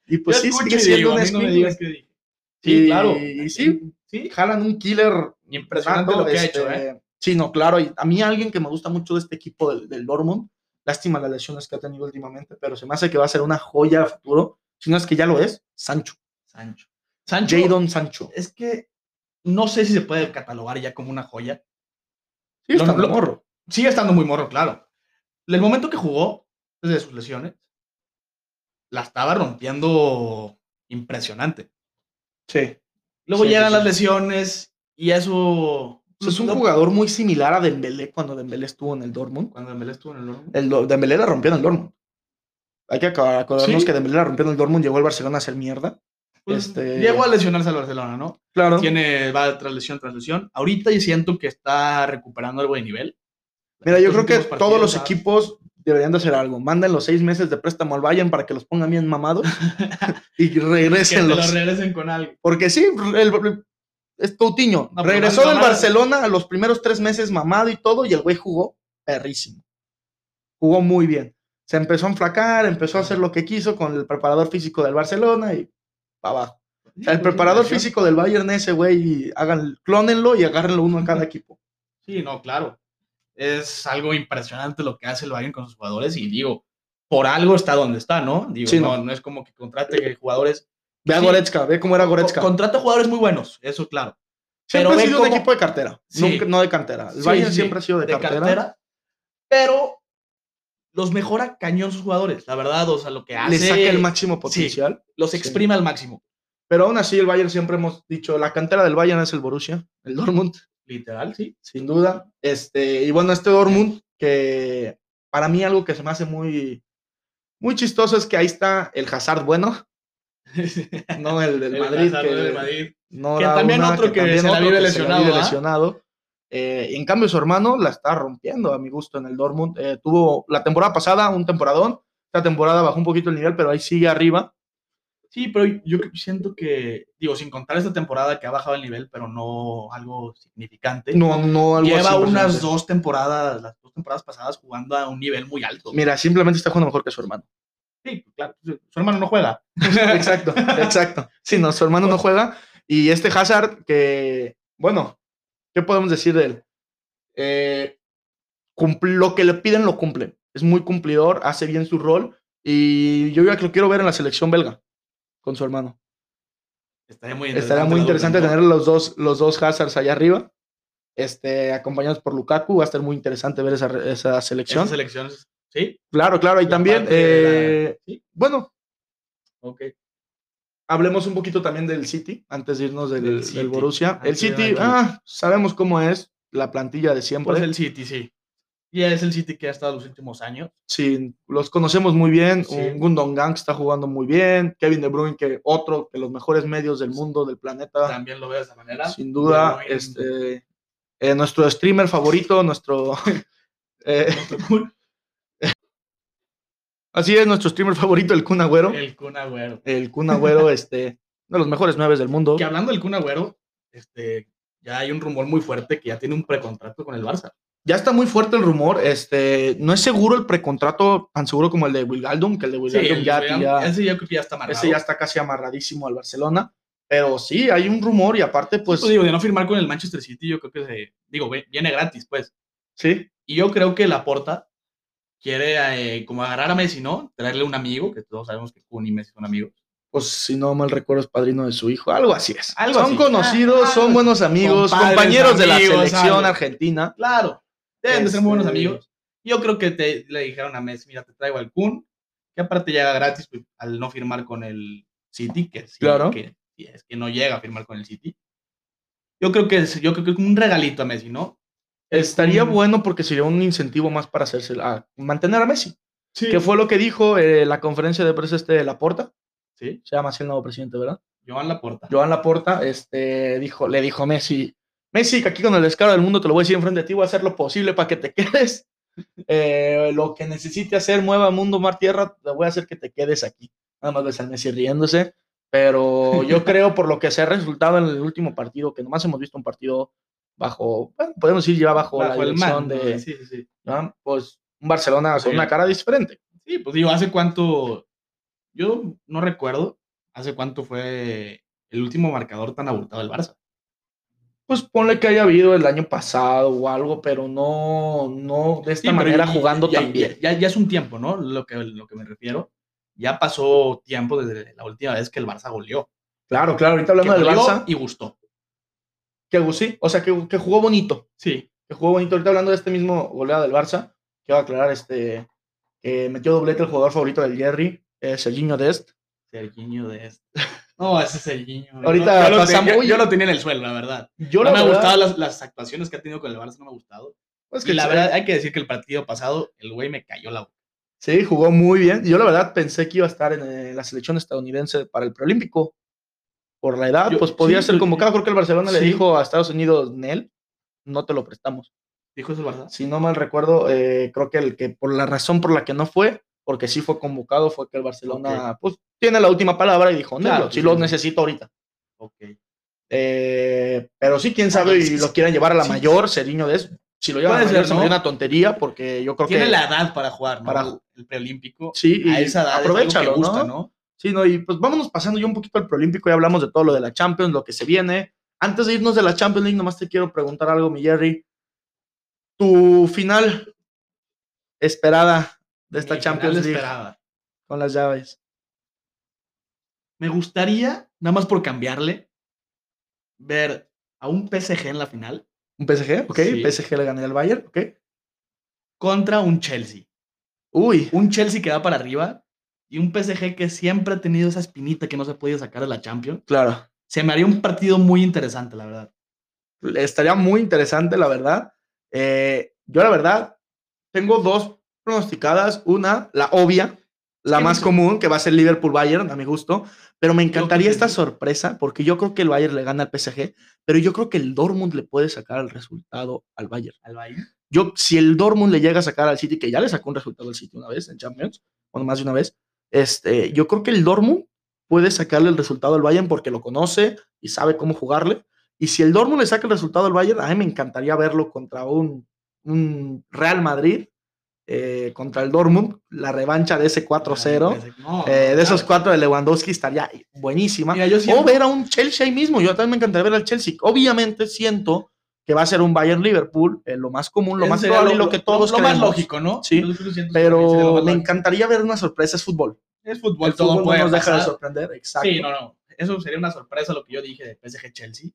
B: Y pues
C: Yo
B: sí,
C: escucho
B: sigue
C: y
B: siendo
C: digo,
B: un
C: a mí no me
B: escuincle.
C: digas qué dije. Sí,
B: Y-
C: claro.
B: y sí.
C: Sí.
B: Jalan un killer
C: Impresionante lo que ha hecho, ¿eh?
B: Sí, no, claro. Y a mí alguien que me gusta mucho de este equipo del, del Dortmund, lástima las lesiones que ha tenido últimamente, pero se me hace que va a ser una joya a futuro, si no es que ya lo es, Sancho.
C: Sancho. Sancho.
B: Jadon Sancho.
C: Es que no sé si se puede catalogar ya como una joya.
B: Sí, está
C: lo- lo-
B: morro.
C: Sigue estando muy morro, claro. El momento que jugó, desde sus lesiones, la estaba rompiendo impresionante.
B: Sí.
C: Luego
B: Sí,
C: llegan
B: sí,
C: las
B: sí.
C: lesiones y pues, eso.
B: es un
C: lo-
B: jugador muy similar a Dembélé cuando Dembélé estuvo en el Dortmund.
C: Cuando Dembélé estuvo en el Dortmund.
B: El, Do- Dembélé la rompió en el Dortmund. Hay que acabar- acordarnos
C: Sí.
B: que Dembélé la rompió en el Dortmund, llegó al Barcelona a hacer mierda.
C: Pues,
B: este-
C: Llegó a lesionarse al Barcelona, ¿no?
B: Claro.
C: Tiene, va tras lesión tras lesión. Ahorita yo siento que está recuperando algo de nivel.
B: Mira, yo
C: Estos
B: creo que
C: últimos
B: todos
C: partidos, ah.
B: los
C: ¿sabes?
B: equipos deberían de hacer algo. Manden los seis meses de préstamo al Bayern para que los pongan bien mamados y
C: Que te lo
B: regresenlos.
C: regresen con algo.
B: Porque sí, el, el- es Coutinho.
C: No, pero
B: Regresó
C: más
B: del
C: mamado.
B: Barcelona a los primeros tres meses mamado y todo, y el güey jugó perrísimo. Jugó muy bien. Se empezó a enflacar, empezó a hacer lo que quiso con el preparador físico del Barcelona y para abajo. O
C: pues,
B: sea, el preparador físico del Bayern, ese güey, hagan, clónenlo y agárrenlo uno a cada equipo.
C: Sí, no, claro. Es algo impresionante lo que hace el Bayern con sus jugadores y digo, por algo está donde está, ¿no? Digo,
B: Sí,
C: no,
B: no.
C: no es como que contrate jugadores.
B: Ve a
C: Sí.
B: Goretzka, ve cómo era Goretzka.
C: Co- Contrata jugadores muy buenos, eso claro.
B: Siempre
C: Pero
B: ha
C: ve
B: sido un
C: cómo-
B: equipo de cartera,
C: Sí.
B: nunca- no de cantera. El
C: Sí,
B: Bayern
C: sí,
B: siempre ha sido de,
C: de
B: cartera.
C: cartera. Pero los mejora cañón sus jugadores, la verdad, o sea, lo que hace.
B: Le saca el máximo potencial.
C: Los
B: sí.
C: exprime al máximo,
B: Pero aún así, el Bayern siempre hemos dicho, la cantera del Bayern es el Borussia, el Dortmund,
C: literal, sí.
B: sin duda. Este, y bueno, este Dortmund, que para mí algo que se me hace muy, muy chistoso es que ahí está el Hazard bueno, no el del
C: El
B: Madrid.
C: Hazard
B: que
C: del Madrid.
B: no
C: Que
B: da
C: también
B: una,
C: otro que se la vive lesionado, ¿ah?
B: lesionado. Eh, y en cambio, su hermano la está rompiendo, a mi gusto, en el Dortmund. Eh, tuvo la temporada pasada un temporadón. Esta temporada bajó un poquito el nivel, pero ahí sigue arriba.
C: Sí, pero yo siento que, digo, sin contar esta temporada que ha bajado el nivel, pero no algo significante.
B: No, no, algo
C: Lleva
B: así
C: unas
B: impresionante.
C: dos temporadas, las dos temporadas pasadas jugando a un nivel muy alto.
B: Mira, simplemente está jugando mejor que su hermano.
C: Sí, claro. Su su hermano no juega.
B: Exacto, exacto. Sí, no, su hermano no juega. Y este Hazard, que, bueno, ¿qué podemos decir de él? Eh, cumpl- lo que le piden lo cumple. Es muy cumplidor, hace bien su rol. Y yo ya que lo quiero ver en la selección belga. con su hermano.
C: Estaría muy
B: Estaría muy
C: la
B: interesante
C: dupla,
B: tener
C: ¿no?
B: los dos, los dos Hazards allá arriba, este, acompañados por Lukaku. Va a estar muy interesante ver esa, re- esa selección.
C: Esas elecciones. Sí.
B: Claro, claro, y
C: la
B: también,
C: parte de la-
B: eh,
C: sí,
B: bueno,
C: ok. Pues
B: hablemos un poquito también del City, antes de irnos del,
C: Del
B: del
C: City.
B: Borussia. El
C: Antes de ir
B: City,
C: aquí.
B: ah, sabemos cómo es la plantilla de siempre.
C: Pues el City, sí. Y es el City que ha estado los últimos años.
B: Sí, los conocemos muy bien.
C: Sí.
B: Un Gundogan que está jugando muy bien. Kevin De Bruyne, que otro de los mejores medios del mundo, del planeta,
C: También lo veo de esa manera.
B: sin duda.
C: De Bruyne.
B: Este, eh, nuestro streamer favorito, nuestro. eh, así es, nuestro streamer favorito, el Kun Agüero.
C: El Kun Agüero.
B: El Kun Agüero, este, uno de los mejores nueves del mundo.
C: Que hablando del Kun Agüero, este, ya hay un rumor muy fuerte que ya tiene un precontrato con el Barça.
B: Ya está muy fuerte el rumor. Este, no es seguro el precontrato tan seguro como el de Wilgaldum, que el de Wilgaldum
C: el
B: ya-
C: Real-
B: ya,
C: ese ya creo que ya está amarrado.
B: Ese ya está casi amarradísimo al Barcelona. Pero sí, hay un rumor y aparte, pues.
C: Pues digo, de no firmar con el Manchester City, yo creo que se, digo, ve- viene gratis, pues.
B: Sí,
C: Y yo creo que Laporta quiere eh, como agarrar a Messi, ¿no? Traerle un amigo, que todos sabemos que Kun y Messi son amigos.
B: pues si no mal recuerdo, es padrino de su hijo. Algo así es.
C: Algo
B: son
C: así.
B: conocidos,
C: Ah,
B: son
C: algo
B: buenos amigos,
C: Compadres,
B: compañeros de la
C: amigos,
B: selección
C: algo.
B: argentina.
C: Claro, deben de ser muy buenos
B: Este-
C: amigos. Yo creo que te, le dijeron a Messi, mira, te traigo al Kun, que aparte llega gratis pues, al no firmar con el City, que sí,
B: Claro.
C: que, sí, es que no llega a firmar con el City. Yo creo que es, yo creo que es como un regalito a Messi, ¿no?
B: Estaría
C: Mm.
B: bueno porque sería un incentivo más para hacerse a mantener a Messi.
C: Sí.
B: Que fue lo que dijo eh, la conferencia de prensa este de Laporta.
C: Sí,
B: Se llama así el nuevo presidente, ¿verdad?
C: Joan Laporta.
B: Joan Laporta este, dijo, le dijo a Messi, Messi, que aquí con el descaro del mundo te lo voy a decir enfrente de ti, voy a hacer lo posible para que te quedes. Eh, lo que necesite hacer, mueva mundo, mar, tierra, te voy a hacer que te quedes aquí. Nada más ves a Messi riéndose, pero yo creo por lo que se ha resultado en el último partido, que nomás hemos visto un partido bajo, bueno, podemos decir ya bajo,
C: Bajo
B: la
C: el
B: dirección
C: mando,
B: de,
C: Sí, sí, sí.
B: ¿no? pues, un Barcelona con
C: Sí.
B: una cara diferente.
C: Sí, pues digo, ¿hace cuánto? Yo no recuerdo hace cuánto fue el último marcador tan abultado del Barça.
B: Pues ponle que haya habido el año pasado o algo, pero no, no de esta
C: Sí, pero
B: manera
C: ya-
B: jugando
C: ya,
B: tan bien.
C: Ya, ya- ya es un tiempo, ¿no? Lo que, lo que me refiero. Ya pasó tiempo desde la última vez que el Barça goleó.
B: Claro, claro, ahorita
C: Que
B: hablando del
C: goleó
B: Barça,
C: Y gustó.
B: que gu- sí, o sea, que, que jugó bonito,
C: Sí.
B: que jugó bonito. Ahorita hablando de este mismo goleado del Barça, quiero aclarar este, que metió doblete el jugador favorito del Jerry, eh, Serginho Dest.
C: Serginho de este. No, ese Serginho.
B: Ahorita
C: yo, yo lo
B: pasamos-
C: tenía- yo lo tenía en el suelo, la verdad.
B: Yo
C: no
B: la
C: me han
B: verdad-
C: gustado las, las actuaciones que ha tenido con el Barça, no me ha gustado.
B: pues
C: y
B: que
C: la
B: sí,
C: verdad, hay que decir que el partido pasado, el güey me cayó la boca.
B: Sí, jugó muy bien. Yo la verdad pensé que iba a estar en eh, la selección estadounidense para el preolímpico. Por la edad,
C: Yo-
B: pues podía
C: sí,
B: ser
C: yo-
B: convocado. Creo que el Barcelona le
C: sí.
B: dijo a Estados Unidos, Nel, no te lo prestamos.
C: Dijo eso el Barça.
B: si no mal recuerdo, eh, creo que el que por la razón por la que no fue, porque sí fue convocado, fue que el Barcelona pues, tiene la última palabra y dijo, no,
C: Claro, pues,
B: si
C: sí,
B: lo
C: sí.
B: necesito ahorita.
C: Ok.
B: Eh, pero sí, quién sabe,
C: Ah,
B: y
C: sí,
B: lo quieran llevar a la
C: sí.
B: mayor, Seriño de eso. Si lo llevan a la
C: Puede
B: mayor,
C: ser,
B: se me hace
C: ¿no?
B: una tontería, porque yo creo
C: Tiene
B: que.
C: la edad para jugar, ¿no?
B: para
C: Para el preolímpico.
B: Sí, y
C: A esa edad
B: aprovechalo,
C: es algo que gusta,
B: ¿no?
C: ¿no?
B: Sí, no, y pues vámonos pasando ya un poquito al Prolímpico, ya hablamos de todo lo de la Champions, lo que se viene. Antes de irnos de la Champions League, nomás te quiero preguntar algo, mi Jerry. Tu final esperada de esta
C: Mi final
B: Champions League.
C: esperada.
B: con las llaves.
C: Me gustaría, nada más por cambiarle, ver a un PSG en la final
B: ¿Un PSG? Ok,
C: Sí.
B: PSG le gané al Bayern, ok.
C: contra un Chelsea.
B: Uy,
C: Un Chelsea que va para arriba y un PSG que siempre ha tenido esa espinita que no se ha podido sacar de la Champions.
B: claro.
C: Se me haría un partido muy interesante, la verdad.
B: Estaría muy interesante, la verdad. Eh, yo, la verdad, tengo dos pronosticadas. Una, la obvia, la
C: que
B: más
C: no-
B: común, que va a ser Liverpool-Bayern, a mi gusto. Pero me encantaría
C: que
B: esta
C: sí.
B: sorpresa, porque yo creo que el Bayern le gana al PSG, pero yo creo que el Dortmund le puede sacar el resultado al Bayern.
C: Al Bayern.
B: Yo, si el Dortmund le llega a sacar al City, que ya le sacó un resultado al City una vez en Champions, o más de una vez, este, yo creo que el Dortmund puede sacarle el resultado al Bayern porque lo conoce y sabe cómo jugarle. Y si el Dortmund le saca el resultado al Bayern, a mí me encantaría verlo contra un, un Real Madrid, eh, contra el Dortmund, la revancha de ese 4-0,
C: pues, No,
B: eh, de esos
C: claro.
B: cuatro de Lewandowski estaría buenísima.
C: Mira, yo
B: O
C: siempre-
B: ver a un Chelsea ahí mismo. Yo también me encantaría ver al Chelsea. Obviamente siento que va a ser un Bayern Liverpool, eh, lo más común, lo
C: ese
B: más
C: sería
B: probable, y lo, que todos
C: lo más
B: creemos.
C: lógico, ¿no?
B: Sí,
C: Yo creo que siento que sería lo
B: Pero
C: más
B: me
C: lógico.
B: encantaría ver una sorpresa, es fútbol.
C: es fútbol,
B: el fútbol
C: todo puede
B: no nos deja de
C: pasar.
B: sorprender. Exacto.
C: Sí, no, no. Eso sería una sorpresa lo que yo dije de PSG Chelsea.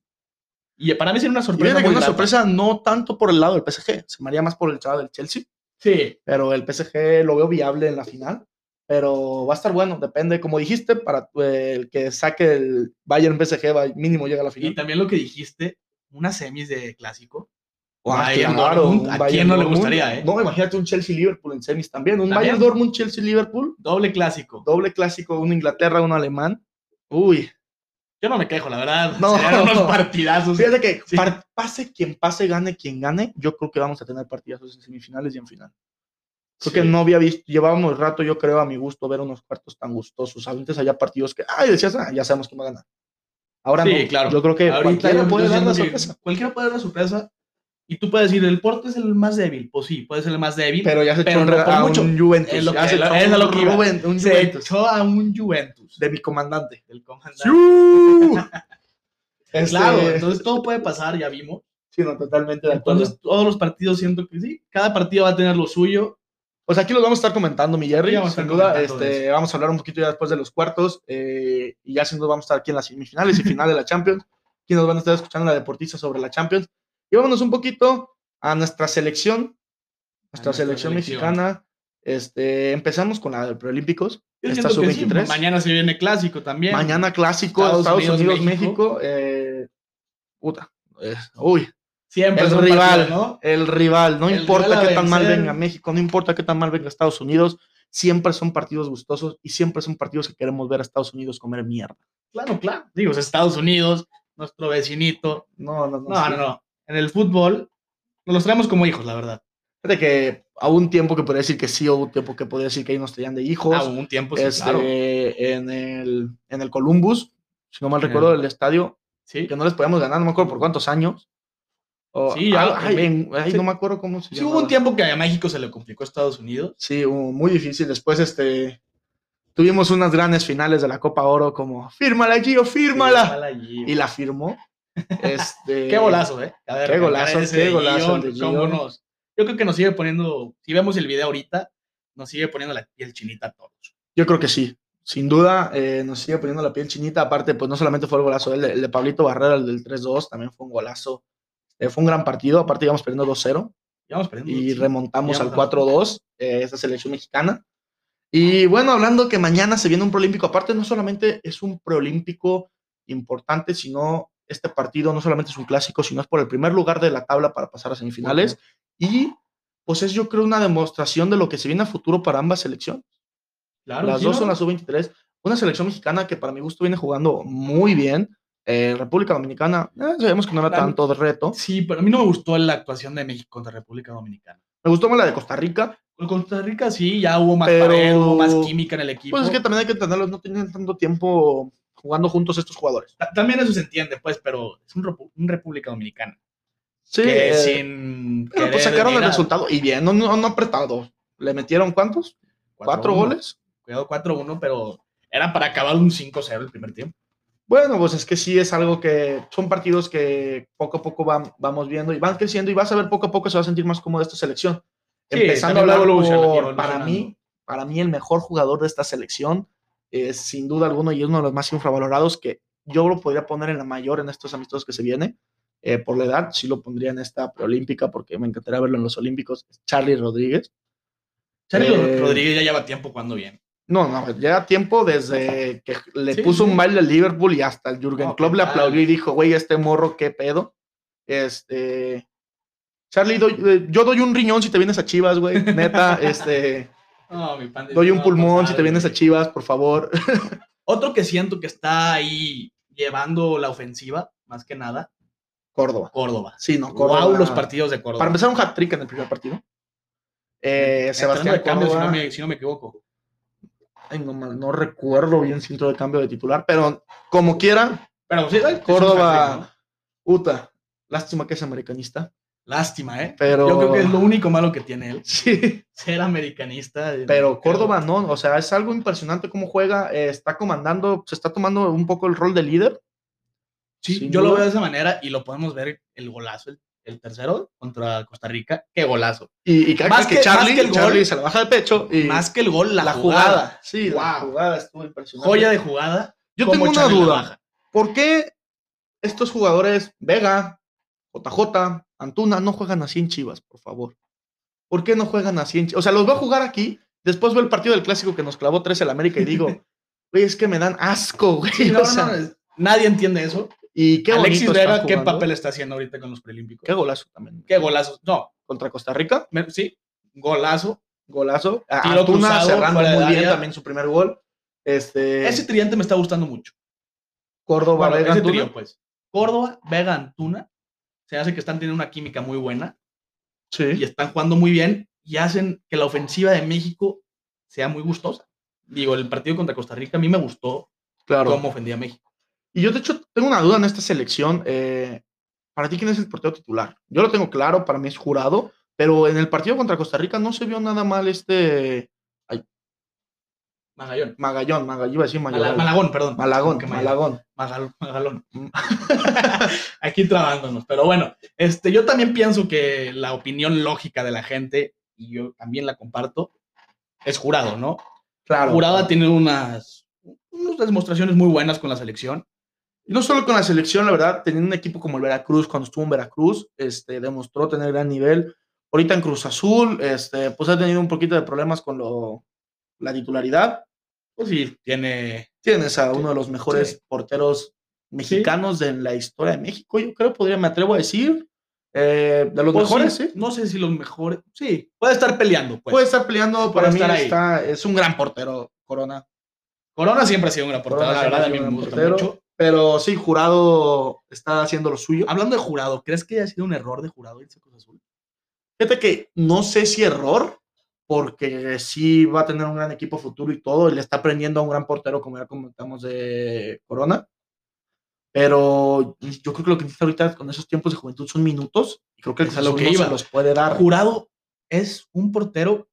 C: Y para mí sería una
B: Y
C: sorpresa.
B: viene
C: muy
B: una
C: grata.
B: sorpresa no tanto por el lado del PSG, se me haría más por el lado del Chelsea,
C: Sí,
B: pero el PSG lo veo viable en la final. Pero va a estar bueno, depende, como dijiste, para eh, el que saque el Bayern PSG, va- mínimo llega a la
C: y
B: final.
C: también lo que dijiste, unas semis de clásico.
B: O a quién,
C: Bayern
B: claro,
C: Dortmund,
B: un
C: ¿a
B: Bayern
C: quién no le
B: Dortmund.
C: gustaría, eh?
B: No, imagínate un Chelsea-Liverpool en semis también. Un
C: También.
B: Bayern Dortmund, Chelsea-Liverpool,
C: Doble clásico.
B: doble clásico, uno Inglaterra, uno alemán. Uy,
C: Yo no me quejo, la verdad.
B: No.
C: Serían unos partidazos.
B: fíjate que
C: Sí.
B: par- pase quien pase, gane quien gane, yo creo que vamos a tener partidazos en semifinales y en final. Creo que
C: Sí.
B: no había visto, llevábamos rato, yo creo, a mi gusto, ver unos cuartos tan gustosos. Antes había partidos que, ay, decías, "Ah, ya sabemos quién va a ganar. Ahora
C: Sí,
B: no.
C: claro.
B: Yo creo que cualquiera
C: yo-
B: puede
C: yo
B: dar la
C: siento que
B: sorpresa.
C: Cualquiera puede dar la sorpresa. Y tú puedes decir, el Porto es el más débil. Pues sí, puede ser el más débil.
B: Pero ya se
C: Pero
B: echó un,
C: no
B: re-
C: por
B: a
C: mucho.
B: un Juventus.
C: Es lo
B: ya
C: que-
B: se
C: lo-
B: echó
C: es
B: un
C: lo que iba.
B: Ruben- un
C: se
B: Juventus
C: echó a un Juventus.
B: de mi comandante.
C: del comandante.
B: ¡Siu! Este,
C: Claro, entonces todo puede pasar, ya vimos.
B: sí, no, totalmente de acuerdo.
C: Entonces todos los partidos siento que sí. Cada partido va a tener lo suyo.
B: o sea, pues, aquí los vamos a estar comentando, mi Jerry.
C: Sí, vamos a
B: sin
C: estar
B: duda,
C: comentando
B: este, vamos a hablar un poquito ya después de los cuartos. eh, y ya sin duda vamos a estar aquí en las semifinales y final de la Champions. Aquí nos van a estar escuchando la deportista sobre la Champions. Y vámonos un poquito a nuestra selección, nuestra,
C: nuestra
B: selección,
C: selección.
B: mexicana. Este, empezamos con la de preolímpicos.
C: Yo
B: Está
C: siento que sí,
B: sub-23.
C: Mañana se viene clásico también.
B: Mañana clásico, Estados,
C: Estados
B: Unidos,
C: Unidos,
B: México. eh, puta. eh, uy,
C: Siempre
B: El
C: es un
B: rival.
C: partido, ¿no?
B: El rival, no
C: El
B: importa
C: rival a
B: qué tan mal
C: vencer.
B: venga México, no importa qué tan mal venga Estados Unidos, siempre son partidos gustosos y siempre son partidos que queremos ver a Estados Unidos comer mierda.
C: Claro, claro. Digo, es Estados Unidos, nuestro vecinito.
B: No, no, no.
C: No,
B: sí.
C: no, no. En el fútbol nos los traemos como hijos, la verdad.
B: Fíjate que hubo un tiempo que podría decir que sí, hubo un tiempo que podría decir que ahí nos tenían de hijos.
C: A Ah, un tiempo, sí,
B: Este,
C: claro.
B: en, el, en el Columbus, si no mal
C: En
B: recuerdo,
C: el-
B: el estadio,
C: Sí.
B: que no les podíamos ganar, no me acuerdo por cuántos años. O- ah,
C: Sí, ya-
B: ay, ven, ay,
C: sí.
B: no me acuerdo cómo se
C: Sí, hubo un
B: llamaba.
C: tiempo que a México se le complicó a Estados Unidos.
B: Sí, hubo muy difícil. Después, este, tuvimos unas grandes finales de la Copa Oro como, fírmala, Gio, fírmala.
C: Mala allí.
B: Y la firmó. Este,
C: Qué golazo, ¿eh? A ver,
B: Qué golazo,
C: ese
B: qué
C: de
B: golazo
C: Guión,
B: el de
C: cómo
B: Guión.
C: nos- Yo creo que nos sigue poniendo, si vemos el video ahorita, nos sigue poniendo la piel chinita a todos.
B: Yo creo que sí. Sin duda, eh, nos sigue poniendo la piel chinita. Aparte, pues no solamente fue el golazo del- el de, Pablito Barrera, el del 3-2, también fue un golazo. Eh, fue un gran partido. Aparte, íbamos perdiendo 2-0.
C: Y vamos perdiendo.
B: y
C: sí.
B: remontamos
C: Llegamos
B: al
C: a la
B: 4-2, eh, esta selección mexicana. Y bueno, hablando que mañana se viene un preolímpico, aparte no solamente es un preolímpico importante, sino este partido no solamente es un clásico, sino es por el primer lugar de la tabla para pasar a semifinales. Y pues es yo creo una demostración de lo que se viene a futuro para ambas selecciones.
C: Claro,
B: las
C: sí,
B: dos
C: ¿no?
B: son la sub-23, una selección mexicana que para mi gusto viene jugando muy bien. eh, República Dominicana, eh, sabemos que no era
C: Claro.
B: tanto de reto.
C: Sí, pero a mí no me gustó la actuación de México contra República Dominicana.
B: Me gustó más la de Costa Rica,
C: Con Costa Rica sí, ya hubo más
B: Pero-
C: pared, hubo más química en el equipo.
B: Pues es que también hay que entenderlos, no tenían tanto tiempo jugando juntos estos jugadores.
C: Ta- También eso se entiende, pues, pero es un, repu- un República Dominicana.
B: Sí,
C: que
B: eh,
C: sin.
B: pero
C: querer
B: pues sacaron
C: ni
B: el
C: nada.
B: resultado y bien, no, no, no apretado. ¿Le metieron cuántos? ¿Cuatro
C: 4-1.
B: goles?
C: Cuidado, 4-1, pero era para acabar un 5-0 el primer tiempo.
B: Bueno, pues es que sí es algo que son partidos que poco a poco van, vamos viendo y van creciendo y vas a ver poco a poco se va a sentir más cómoda esta selección.
C: Sí,
B: Empezando a
C: también va
B: hablar
C: evolucionando,
B: por- para
C: evolucionando.
B: mí, para mí el mejor jugador de esta selección es sin duda alguno y es uno de los más infravalorados que yo lo podría poner en la mayor en estos amistosos que se viene. eh, por la edad, sí lo pondría en esta preolímpica porque me encantaría verlo en los olímpicos. es Charlie Rodríguez.
C: Charly
B: Eh,
C: Rodríguez ya lleva tiempo jugando bien.
B: No, no, ya tiempo desde que le
C: Sí,
B: puso
C: sí.
B: un baile al Liverpool y hasta el Jürgen
C: No,
B: Klopp le
C: ¿qué tal?
B: aplaudió y dijo, güey, este morro, qué pedo. Este. Charlie, doy- eh, yo doy un riñón si te vienes a Chivas, güey. Neta, este.
C: No, mi pan de-
B: Doy un
C: no,
B: pulmón
C: fatal,
B: si te vienes a
C: güey.
B: Chivas, por favor.
C: Otro que siento que está ahí llevando la ofensiva, más que nada,
B: Córdoba.
C: Córdoba.
B: Sí, no, Córdoba.
C: Córdoba. Wow, los partidos de Córdoba.
B: Para empezar, un hat trick en el primer partido. Eh,
C: Entrando
B: Sebastián
C: de cambio, si
B: Córdoba.
C: no, me, si no me equivoco.
B: Ay, no, mal, no recuerdo bien si entró de cambio de titular, pero como quiera,
C: Pero sí, ay,
B: Córdoba.
C: es un hat-trick, ¿no?
B: Uta. Lástima que es americanista,
C: Lástima, ¿eh?
B: pero.
C: Yo creo que es lo único malo que tiene él.
B: Sí.
C: Ser americanista. eh,
B: Pero Córdoba no, o sea, es algo impresionante cómo juega, eh, está comandando, se está tomando un poco el rol de líder.
C: Sí,
B: sin
C: yo lo
B: duda.
C: veo de esa manera y lo podemos ver el golazo, el el tercero contra Costa Rica. Qué golazo.
B: Y, y cada
C: Más
B: vez que,
C: que-
B: Charlie,
C: más que el gol.
B: Charlie se la baja de pecho y
C: Más que el gol, la,
B: la
C: jugada.
B: jugada. Sí, la
C: Wow.
B: jugada estuvo impresionante.
C: Joya de jugada.
B: Yo
C: como
B: tengo una
C: Charlie la
B: duda.
C: baja.
B: ¿Por qué estos jugadores, Vega, JJ, Antuna, no juegan así en Chivas, por favor? ¿Por qué no juegan así en Chivas? O sea, los va a jugar aquí, después veo el partido del clásico que nos clavó tres el América y digo, güey, es que me dan asco, güey.
C: Sí, no,
B: o
C: no,
B: sea,
C: no, es- nadie entiende eso.
B: Y qué
C: Alexis
B: bonito está
C: Vega, ¿qué
B: jugando.
C: papel está haciendo ahorita con los preolímpicos?
B: Qué golazo también.
C: Qué golazos. No,
B: Contra Costa Rica,
C: me- sí, golazo.
B: golazo. A-
C: Tiro
B: Antuna
C: cruzado
B: cerrando
C: fuera de
B: muy bien
C: área.
B: también su primer gol. Este,
C: Ese tridente me está gustando mucho.
B: Córdoba,
C: Bueno,
B: Vega,
C: ese
B: Antuna.
C: trío, pues. Córdoba, Vega, Antuna. Se hace que están teniendo una química muy buena y
B: Sí.
C: están jugando muy bien y hacen que la ofensiva de México sea muy gustosa. Digo, el partido contra Costa Rica a mí me gustó
B: Claro.
C: cómo ofendía a México.
B: Y yo, de hecho, tengo una duda en esta selección. eh, ¿Para ti quién es el portero titular? Yo lo tengo claro, para mí es jurado, pero en el partido contra Costa Rica no se vio nada mal este
C: Magallón.
B: Magallón, Magallón, iba a decir
C: Mala-
B: Magallón.
C: Malagón, perdón.
B: Malagón,
C: Que Magallón.
B: Malagón.
C: Magal- Magalón.
B: Mm.
C: Aquí trabándonos. Pero bueno, este, yo también pienso que la opinión lógica de la gente, y yo también la comparto, es jurado, ¿no?
B: Claro.
C: Jurado ha tenido unas, unas demostraciones muy buenas con la selección.
B: No solo con la selección, la verdad, teniendo un equipo como el Veracruz, cuando estuvo en Veracruz, este, demostró tener gran nivel. Ahorita en Cruz Azul, este, pues ha tenido un poquito de problemas con lo, la titularidad.
C: Pues sí, tiene.
B: Tienes a uno de los mejores
C: Sí.
B: porteros mexicanos de la historia de México, yo creo, podría, me atrevo a decir. Eh, de los
C: pues
B: mejores, sí.
C: No sé si los mejores. Sí, puede estar peleando. Pues.
B: Puede estar peleando,
C: puede
B: para mí
C: estar ahí.
B: está- es un gran portero, Corona.
C: Corona siempre ha sido una portada,
B: Corona
C: la verdad, a mí
B: siempre ha
C: me
B: sido un
C: gusta
B: gran portero.
C: mucho.
B: Pero sí, Jurado está haciendo lo suyo.
C: Hablando de jurado, ¿crees que haya sido un error de jurado irse a Cruz Azul?
B: Fíjate que no sé si error, porque sí va a tener un gran equipo futuro y todo, y le está aprendiendo a un gran portero, como ya comentamos de Corona. Pero yo creo que lo que necesita ahorita con esos tiempos de juventud son minutos, y creo que el
C: Es a
B: Cruz
C: lo
B: Azul
C: que
B: no
C: iba.
B: se los puede dar.
C: Jurado es un portero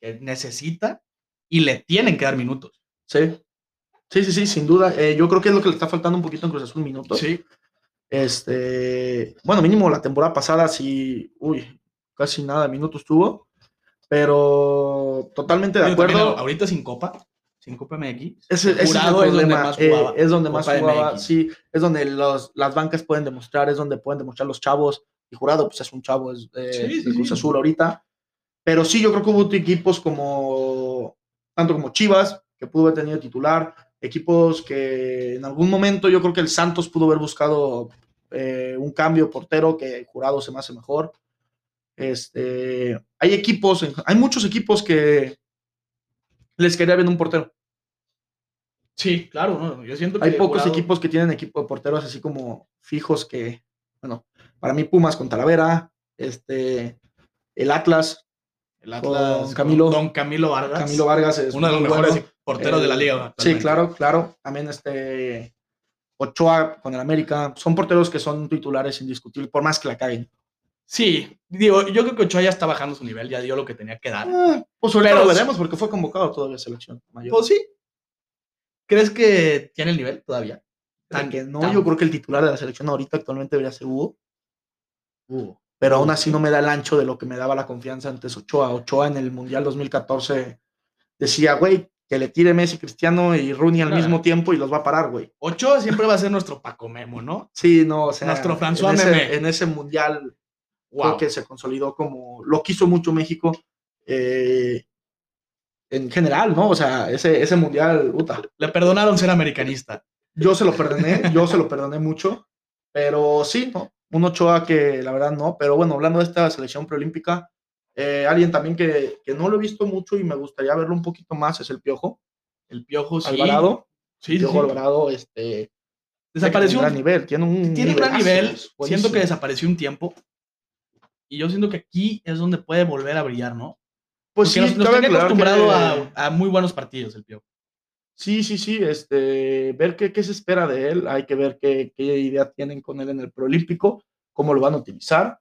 C: que necesita y le tienen que dar minutos.
B: Sí. Sí, sí, sí, sin duda. Eh, yo creo que es lo que le está faltando un poquito en Cruz Azul minutos.
C: Sí.
B: Este, bueno, mínimo la temporada pasada sí, uy, casi nada de minutos tuvo, pero totalmente de acuerdo.
C: ahorita sin Copa, sin Copa MX.
B: Ese, ese es el
C: Jurado es donde
B: problema,
C: más
B: eh,
C: jugaba,
B: es donde más
C: Copa
B: jugaba,
C: MX.
B: sí, es donde los- las bancas pueden demostrar, es donde pueden demostrar los chavos. Y jurado, pues es un chavo, es eh,
C: Sí, sí,
B: de Cruz
C: sí.
B: Azul ahorita. Pero sí, yo creo que hubo equipos como, tanto como Chivas, que pudo haber tenido titular, equipos que en algún momento yo creo que el Santos pudo haber buscado eh, un cambio portero, que jurado se me hace mejor. Este, hay equipos, en- hay muchos equipos que les quería bien un portero.
C: Sí, claro, no, yo siento que.
B: Hay pocos
C: Jurado-
B: equipos que tienen equipo de porteros así como fijos que, bueno, para mí Pumas con Talavera, este, el Atlas,
C: El
B: Don Camilo-
C: Don Camilo Vargas.
B: Camilo Vargas es
C: uno de los
B: muy
C: mejores
B: bueno.
C: porteros de la
B: Eh,
C: liga.
B: Sí,
C: actualmente.
B: claro, claro. También este Ochoa con el América, son porteros que son titulares indiscutibles, por más que la caguen.
C: Sí, digo, yo creo que Ochoa ya está bajando su nivel, ya dio lo que tenía que dar.
B: Ah, pues ahorita
C: Pero
B: lo
C: sí.
B: veremos porque fue convocado todavía a selección mayor.
C: Pues sí. ¿Crees que tiene el nivel todavía?
B: Tan que no, yo creo que el titular de la selección ahorita actualmente debería ser Hugo.
C: Hugo.
B: pero aún así no me da el ancho de lo que me daba la confianza antes Ochoa. Ochoa en el Mundial 2014 decía, güey, que le tire Messi, Cristiano y Rooney al
C: Claro.
B: mismo tiempo y los va a parar, güey.
C: Ochoa siempre va a ser nuestro Paco Memo, ¿no?
B: Sí, no, o sea,
C: Nuestro François
B: en,
C: Memé.
B: ese, en ese Mundial creo
C: Guau.
B: que se consolidó como, lo quiso mucho México eh, en general, ¿no? O sea, ese, ese Mundial, puta,
C: Le perdonaron ser americanista.
B: yo se lo perdoné, yo se lo perdoné mucho, pero sí, ¿no? Un Ochoa que la verdad no, pero bueno, hablando de esta selección preolímpica, eh, alguien también que, que no lo he visto mucho y me gustaría verlo un poquito más es el Piojo
C: El Piojo sí.
B: Alvarado.
C: Sí, sí,
B: Piojo
C: sí.
B: Alvarado, este. Tiene un
C: Desapareció.
B: gran
C: un-
B: nivel, tiene un.
C: Tiene un gran
B: nivelazo,
C: nivel.
B: buenísimo.
C: Siento que desapareció un tiempo. Y yo siento que aquí es donde puede volver a brillar, ¿no?
B: Pues
C: Porque
B: sí,
C: nos, nos
B: cabe
C: tenía
B: aclarar
C: acostumbrado
B: que-
C: a, a muy buenos partidos el Piojo.
B: Sí, sí, sí, este, ver qué, qué se espera de él, hay que ver qué, qué idea tienen con él en el preolímpico, cómo lo van a utilizar,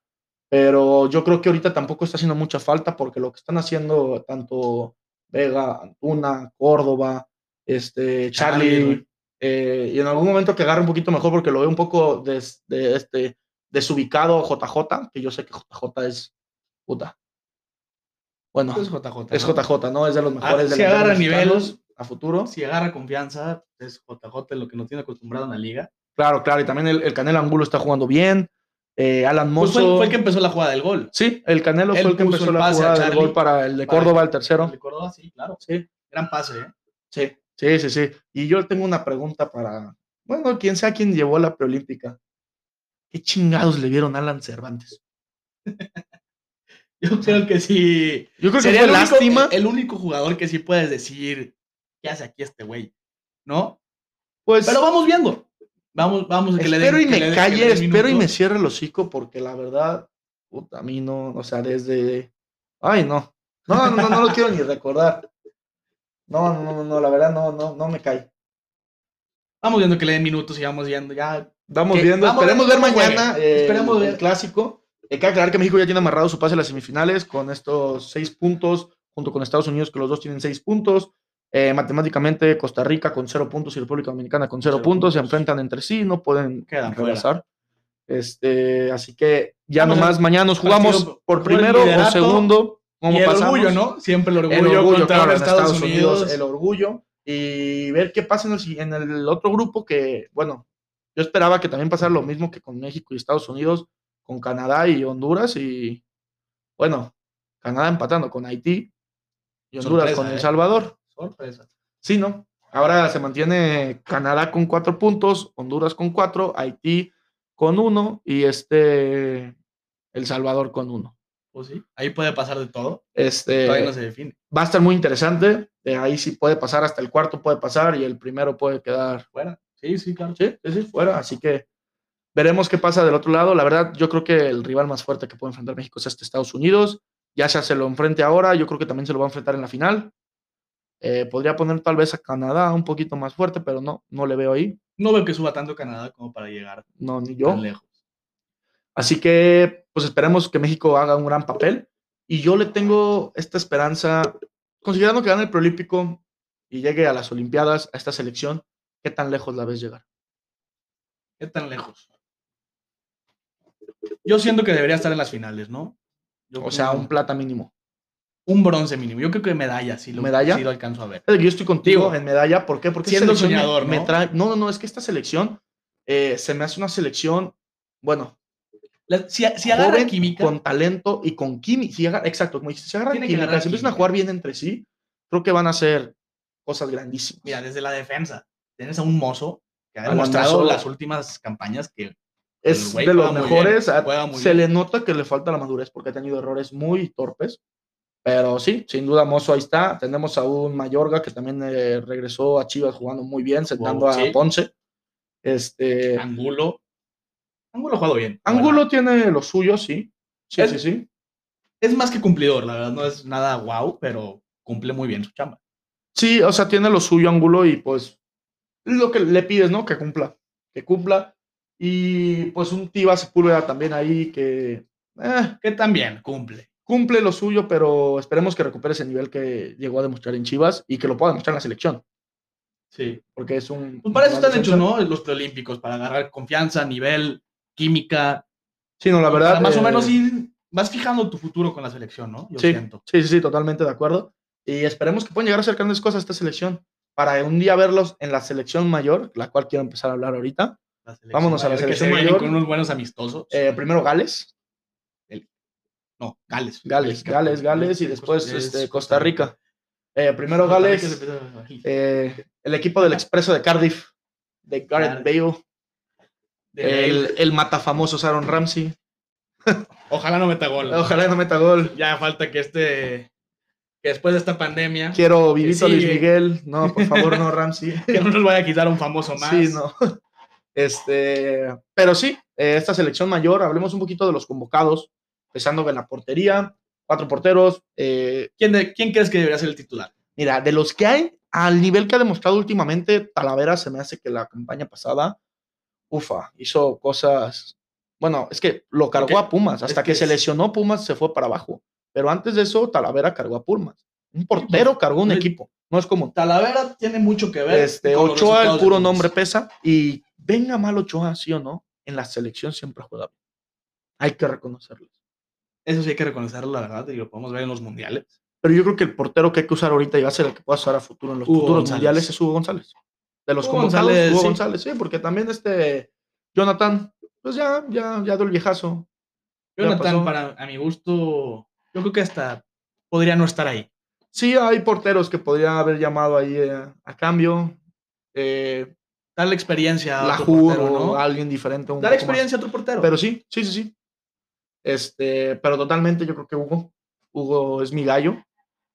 B: pero yo creo que ahorita tampoco está haciendo mucha falta porque lo que están haciendo tanto Vega, Antuna, Córdoba, este,
C: Charlie,
B: Charlie,
C: güey.
B: eh, y en algún momento que agarre un poquito mejor porque lo veo un poco des- de, este, desubicado JJ, que yo sé que JJ es puta. Bueno,
C: Es JJ.
B: es
C: Pues, ¿no?
B: JJ, ¿no? Es de los mejores
C: si
B: delanteros
C: agarra
B: mexicanos
C: niveles.
B: a futuro.
C: Si agarra confianza, es JJ lo que nos tiene acostumbrado en la liga.
B: Claro, claro. Y también el, el Canelo Angulo está jugando bien. eh, Alan
C: Pues
B: Mozo.
C: fue, fue el que empezó la jugada del gol.
B: Sí, el Canelo
C: Él
B: fue el que
C: puso
B: empezó
C: el
B: la
C: pase a
B: jugada del
C: Charlie.
B: gol para el de
C: Para-
B: Córdoba, el tercero.
C: ¿De Córdoba? Sí, claro.
B: Sí,
C: Gran pase, ¿eh?
B: sí, sí, sí, sí. Y yo tengo una pregunta para, bueno, quien sea quien llevó la preolímpica. ¿Qué chingados le vieron a Alan Cervantes?
C: Yo creo que sí.
B: Yo creo
C: Sería
B: que
C: el
B: fue
C: único,
B: lástima.
C: el único jugador que sí puedes decir, ¿qué hace aquí este güey? ¿No?
B: pues,
C: Pero vamos viendo. Vamos, vamos. Pues, que le den-
B: espero y
C: que
B: me
C: le den- que le
B: calle,
C: den
B: espero y me
C: minutos.
B: cierre el hocico, porque la verdad, puta, a mí no, o sea, desde. Ay, no. No, no, no, no lo quiero ni recordar. No, no, no, no, la verdad, no, no, no me cae.
C: Vamos viendo que le den minutos y vamos viendo. Ya,
B: Vamos
C: Que-
B: viendo,
C: vamos
B: esperemos ver
C: viendo cómo
B: mañana
C: juegue.
B: eh,
C: Esperemos
B: el
C: ver.
B: clásico. Eh, cabe aclarar que México ya tiene amarrado su pase a las semifinales con estos seis puntos, junto con Estados Unidos, que los dos tienen seis puntos. Eh, matemáticamente, Costa Rica con cero puntos y República Dominicana con cero,
C: Cero
B: puntos, se
C: puntos.
B: enfrentan entre sí, no pueden
C: Quedan fuera.
B: regresar. Este, así que ya
C: Vamos a-
B: nomás mañana nos jugamos
C: partido
B: por
C: por el
B: primero o
C: liderato
B: segundo.
C: y
B: ¿Cómo
C: el
B: pasamos?
C: orgullo, ¿no? Siempre el orgullo,
B: el orgullo
C: contra
B: claro, en
C: Estados, Unidos.
B: el orgullo y ver qué pasa en el, si- en el otro grupo que, bueno, yo esperaba que también pasara lo mismo que con México y Estados Unidos, con Canadá y Honduras y, bueno, Canadá empatando con Haití y Honduras
C: Sorpresa,
B: con El
C: ¿eh?
B: Salvador.
C: Sorpresa.
B: Sí, ¿no? Ahora se mantiene Canadá con cuatro puntos, Honduras con cuatro, Haití con uno y este El Salvador con uno.
C: Pues sí, ahí puede pasar de todo.
B: Este,
C: Todavía no se define.
B: va a estar muy interesante. eh, ahí sí puede pasar, hasta el cuarto puede pasar y el primero puede quedar
C: Fuera. Sí, sí, claro.
B: sí, sí, sí, fuera. Así que veremos qué pasa del otro lado. La verdad, yo creo que el rival más fuerte que puede enfrentar México es este Estados Unidos. Ya sea se lo enfrente ahora, yo creo que también se lo va a enfrentar en la final. Eh, podría poner tal vez a Canadá un poquito más fuerte, pero no, no le veo ahí.
C: No veo que suba tanto Canadá como para llegar
B: No, ni yo.
C: tan lejos.
B: Así que, pues esperemos que México haga un gran papel. Y yo le tengo esta esperanza, considerando que gane el Prolímpico y llegue a las Olimpiadas, a esta selección, ¿qué tan lejos la ves llegar?
C: ¿Qué tan lejos? Yo siento que debería estar en las finales, ¿no? Yo
B: O sea,
C: creo-
B: un plata mínimo.
C: un bronce mínimo. Yo creo que medalla, sí lo,
B: ¿Medalla?
C: sí lo alcanzo a ver.
B: Fíjate que Yo estoy contigo
C: Digo,
B: en medalla, ¿por qué? Porque esta
C: siendo
B: selección me-
C: soñador,
B: me
C: ¿no?
B: trae- no, no, no, es que esta selección eh, se me hace una selección, bueno,
C: La- si, si agarra
B: joven,
C: química,
B: con talento y con química. Si agar- exacto, como dices, si agarran
C: Tiene que
B: química,
C: agarrar
B: si empiezan a
C: química.
B: jugar bien entre sí, creo que van a hacer cosas grandísimas.
C: mira, desde la defensa, tienes a un mozo que ha
B: Alan
C: demostrado
B: Mozo.
C: las últimas campañas que
B: es
C: El güey
B: de los
C: juega muy bien,
B: mejores. ah,
C: juega muy
B: se
C: bien.
B: le nota que le falta la madurez porque ha tenido errores muy torpes. Pero sí, sin duda, Mozo ahí está. Tenemos a un Mayorga que también eh, regresó a Chivas jugando muy bien, sentando a
C: sí.
B: Ponce. Este,
C: Angulo. Angulo ha jugado bien. la
B: Ángulo
C: verdad.
B: tiene lo suyo, sí. Sí,
C: Es-
B: sí, sí.
C: es más que cumplidor, la verdad, no es nada guau, pero cumple muy bien su chamba.
B: Sí, o sea, tiene lo suyo Ángulo y pues lo que le pides, ¿no? Que cumpla, que cumpla. Y pues un Tiba Sepúlveda también ahí que eh,
C: Que también cumple.
B: cumple lo suyo, pero esperemos que recupere ese nivel que llegó a demostrar en Chivas y que lo pueda demostrar en la selección,
C: Sí.
B: porque es un...
C: Pues para eso
B: una
C: están hechos,
B: defensa.
C: ¿no? Los preolímpicos, para agarrar confianza, nivel, química.
B: Sí, no, la
C: para
B: verdad...
C: más o
B: eh,
C: menos ir, vas fijando tu futuro con la selección, ¿no? Yo
B: sí,
C: siento.
B: sí, sí, sí, totalmente de acuerdo. Y esperemos que puedan llegar a hacer grandes cosas a esta selección para un día verlos en la selección mayor, la cual quiero empezar a hablar ahorita.
C: La selección
B: Vámonos a la
C: mayor, que se
B: selección
C: vienen
B: mayor.
C: Con unos buenos amistosos.
B: Eh, primero Gales,
C: no, Gales.
B: Gales, Gales, Gales y después este, Costa Rica. Eh, primero
C: Costa Rica
B: Gales,
C: se empieza a-
B: eh, el equipo del Expreso de Cardiff, de Gareth
C: Gareth.
B: Bale,
C: De-
B: el, el matafamoso Aaron Ramsey.
C: Ojalá no meta gol.
B: Ojalá no meta gol.
C: Ya falta que este. Que después de esta pandemia.
B: Quiero vivito a Luis
C: sigue.
B: Miguel. No, por favor, no, Ramsey.
C: Que no nos vaya a quitar un famoso más.
B: Sí, no. Este, pero sí, eh, esta selección mayor, hablemos un poquito de los convocados, empezando con la portería, cuatro porteros. eh,
C: ¿Quién, de- ¿Quién crees que debería ser el titular?
B: mira, de los que hay, al nivel que ha demostrado últimamente, Talavera se me hace que la campaña pasada, ufa, hizo cosas. Bueno, es que lo cargó
C: que-
B: a Pumas,
C: es
B: hasta que,
C: que
B: se
C: es-
B: lesionó Pumas se fue para abajo. Pero antes de eso, Talavera cargó a Pumas. Un portero cargó un
C: el-
B: equipo, no es como
C: Talavera tiene mucho que ver.
B: este,
C: con los
B: Ochoa, el
C: resultados de
B: puro
C: Pumas.
B: nombre pesa. Y venga mal Ochoa, sí o no, en la selección siempre juega bien. Hay que reconocerlos.
C: Eso sí hay que reconocerlo, la verdad, y lo podemos ver en los mundiales.
B: Pero yo creo que el portero que hay que usar ahorita y va a ser el que pueda usar a futuro en los
C: Hugo
B: futuros
C: González.
B: mundiales es Hugo González. De los
C: Hugo
B: convocados,
C: González,
B: Hugo
C: sí.
B: González, sí, porque también este Jonathan, pues ya, ya, ya dio el viejazo. Ya pasó.
C: Jonathan, para, a mi gusto, yo creo que hasta podría no estar ahí.
B: Sí, hay porteros que podría haber llamado ahí eh, a cambio. eh,
C: Darle experiencia a
B: la
C: Ah, otro
B: juro,
C: portero, ¿no?
B: a alguien diferente. un poco
C: Darle
B: más.
C: experiencia a otro portero.
B: Pero sí, sí, sí, sí. Este, pero totalmente yo creo que Hugo. Hugo es mi gallo.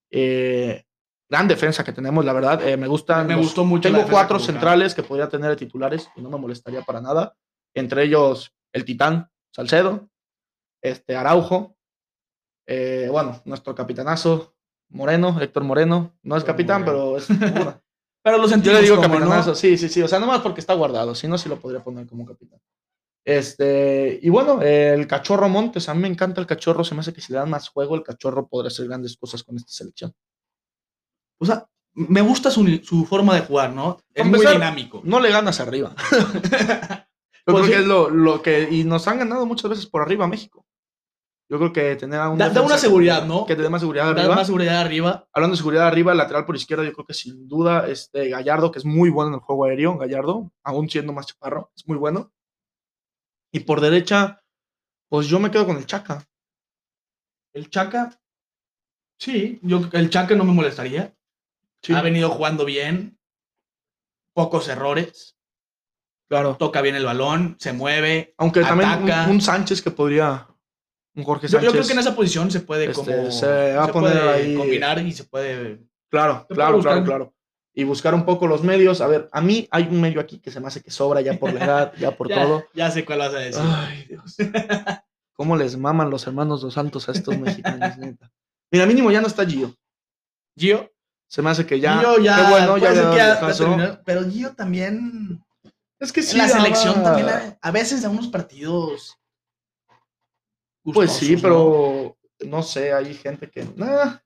B: Eh, gran defensa que tenemos, la verdad. eh, me gustan.
C: me
B: los-
C: gustó mucho.
B: Tengo
C: la defensa
B: cuatro
C: que buscaron.
B: centrales que podría tener de titulares y no me molestaría para nada. Entre ellos el Titán, Salcedo, este Araujo, eh, bueno, nuestro capitanazo, Moreno, Héctor Moreno. No es
C: Héctor
B: capitán,
C: Moreno.
B: pero es una.
C: Pero lo
B: Yo
C: sentimos
B: le digo
C: como, ¿no?
B: capitanazo, sí, sí, sí. O sea, nomás porque está guardado, si no, sí lo podría poner como capitán. Este, y bueno, eh, el cachorro Montes, a mí me encanta el cachorro, se me hace que si le dan más juego, el cachorro podrá hacer grandes cosas con esta selección.
C: O sea, me gusta su, su forma de jugar, ¿no? Es
B: Para
C: muy
B: empezar,
C: dinámico.
B: no le ganas arriba. Yo creo
C: Pues sí.
B: que es lo, lo que. Y nos han ganado muchas veces por arriba a México. Yo creo que tener a un.
C: Da- da
B: defensa
C: una
B: que-
C: seguridad, ¿no?
B: Que te dé más seguridad
C: Dar
B: arriba.
C: más seguridad arriba.
B: Hablando de seguridad arriba, lateral por izquierda, yo creo que sin duda este Gallardo, que es muy bueno en el juego aéreo, Gallardo, aún siendo más chaparro, es muy bueno. Y por derecha, pues yo me quedo con el Chaca.
C: El Chaca. Sí, yo el Chaca no me molestaría.
B: Sí,
C: Ha venido jugando bien. Pocos errores.
B: claro.
C: Toca bien el balón. Se mueve.
B: Aunque también
C: Ataca.
B: un- un, Sánchez que podría. Un Jorge
C: Yo,
B: Sánchez.
C: yo creo que en esa posición se puede
B: Este,
C: como
B: se va a poner
C: puede
B: ahí-
C: combinar y se puede
B: Claro, claro,
C: Te puedo
B: claro,
C: buscar.
B: claro. Y buscar un poco los medios. A ver, a mí hay un medio aquí que se me hace que sobra ya por la edad, ya por
C: ya,
B: todo. Ah,
C: ya sé cuál vas a decir.
B: Ay, Dios. ¿Cómo les maman los hermanos dos santos a estos mexicanos, neta? Mira, mínimo ya no está Gio.
C: Gio,
B: Se me hace que ya.
C: Gio ya,
B: qué bueno, ya
C: puede
B: le
C: ser
B: da
C: que ya-
B: el
C: ya
B: caso.
C: terminó, pero Gio también
B: Es que sí.
C: en la
B: daba-
C: selección también a, a veces a unos partidos
B: Pues sí,
C: gustosos, ¿no?
B: pero no sé, hay gente que. nah,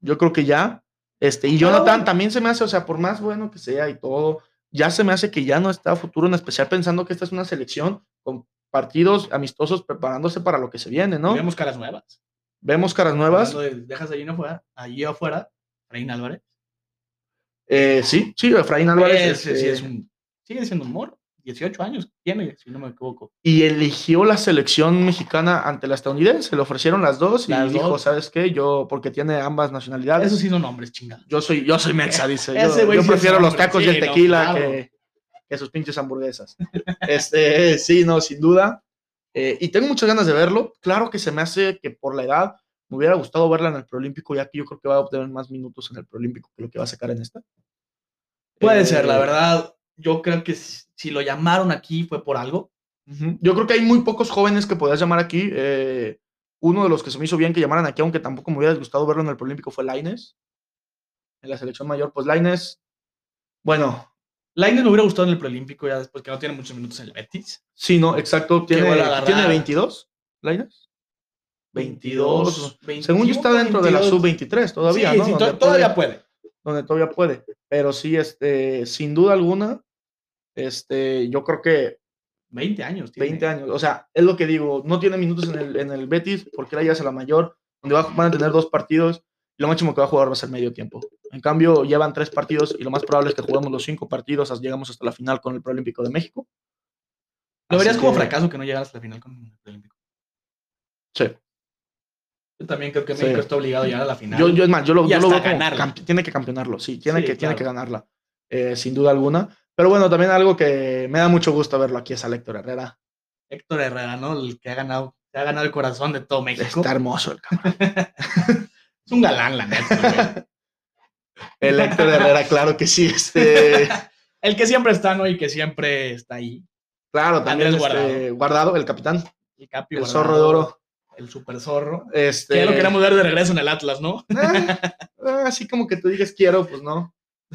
B: yo creo que ya. Este, y Jonathan
C: bueno.
B: también se me hace, o sea, por más bueno que sea y todo, ya se me hace que ya no está a futuro, en especial pensando que esta es una selección con partidos amistosos preparándose para lo que se viene, ¿no?
C: Vemos caras nuevas.
B: Vemos caras nuevas.
C: Hablando de- dejas a Gio afuera, a Gio afuera, Reina Álvarez.
B: Eh, sí, sí, Efraín Álvarez.
C: Ese sí
B: este,
C: es un sigue siendo un morro, 18 años tiene, si no me equivoco.
B: y eligió la selección mexicana ante la estadounidense. Le ofrecieron las dos y
C: Las
B: dijo,
C: dos.
B: ¿sabes qué? Yo, porque tiene ambas nacionalidades.
C: Eso sí son nombres, chingada.
B: Yo soy, yo soy mexa, dice. Yo,
C: Ese güey
B: yo
C: sí es
B: prefiero los
C: hombre,
B: tacos y
C: sí,
B: el
C: no,
B: tequila
C: claro.
B: que, que sus pinches hamburguesas. Este, sí, no, sin duda. Eh, y tengo muchas ganas de verlo. Claro que se me hace que por la edad me hubiera gustado verla en el Prolímpico, ya que yo creo que va a obtener más minutos en el Prolímpico que lo que va a sacar en esta.
C: Puede
B: Eh,
C: ser, la verdad. Yo creo que si si lo llamaron aquí fue por algo.
B: Ujú. Yo creo que hay muy pocos jóvenes que podías llamar aquí. eh, uno de los que se me hizo bien que llamaran aquí, aunque tampoco me hubiera gustado verlo en el Prolímpico, fue Laines. En la selección mayor, pues Laines. Bueno,
C: Lainez me hubiera gustado en el preolímpico ya después que no tiene muchos minutos en el Betis.
B: sí, no, exacto.
C: Qué
B: Tiene,
C: buena agarrada.
B: ¿tiene 22, Laines. 22.
C: 20,
B: Según yo está dentro de la
C: 22.
B: sub-23 todavía,
C: Sí,
B: ¿no?
C: sí, to-
B: Donde
C: todavía
B: puede-
C: puede.
B: Donde todavía puede. Pero sí, este, sin duda alguna, este, yo creo que
C: 20 años. tiene.
B: 20 años. O sea, es lo que digo. No tiene minutos en el, en el Betis porque la llevas a la mayor, donde va- van a tener dos partidos y lo máximo que va a jugar va a ser medio tiempo. En cambio, llevan tres partidos y lo más probable es que juguemos los cinco partidos, hasta- llegamos hasta la final con el Preolímpico de México.
C: Lo
B: Así
C: verías como
B: que-
C: fracaso que no llegaras a la final con el preolímpico.
B: Sí.
C: Yo también creo que
B: Sí.
C: México está obligado a llegar a la final.
B: Yo, yo, es más, yo lo,
C: Y
B: yo lo
C: hasta
B: veo como
C: ganarla.
B: campe- tiene que campeonarlo, sí, tiene,
C: Sí,
B: que, tiene
C: claro.
B: que ganarla, eh, sin duda alguna. Pero bueno, también algo que me da mucho gusto verlo aquí es a Héctor Herrera.
C: Héctor Herrera, ¿no? El que ha ganado, que ha ganado el corazón de todo México.
B: Está hermoso el cabrón.
C: Es un galán, la neta. güey.
B: El Héctor Herrera, claro que sí. Este,
C: el que siempre está, ¿no? Y que siempre está ahí.
B: claro, también
C: Andrés
B: este, guardado.
C: Guardado.
B: el capitán,
C: El Capi
B: el
C: Guardado,
B: zorro de oro.
C: El super zorro.
B: Este,
C: Que ya lo queremos ver de regreso en el Atlas, ¿no?
B: ah, ah, así como que tú digas quiero, pues no.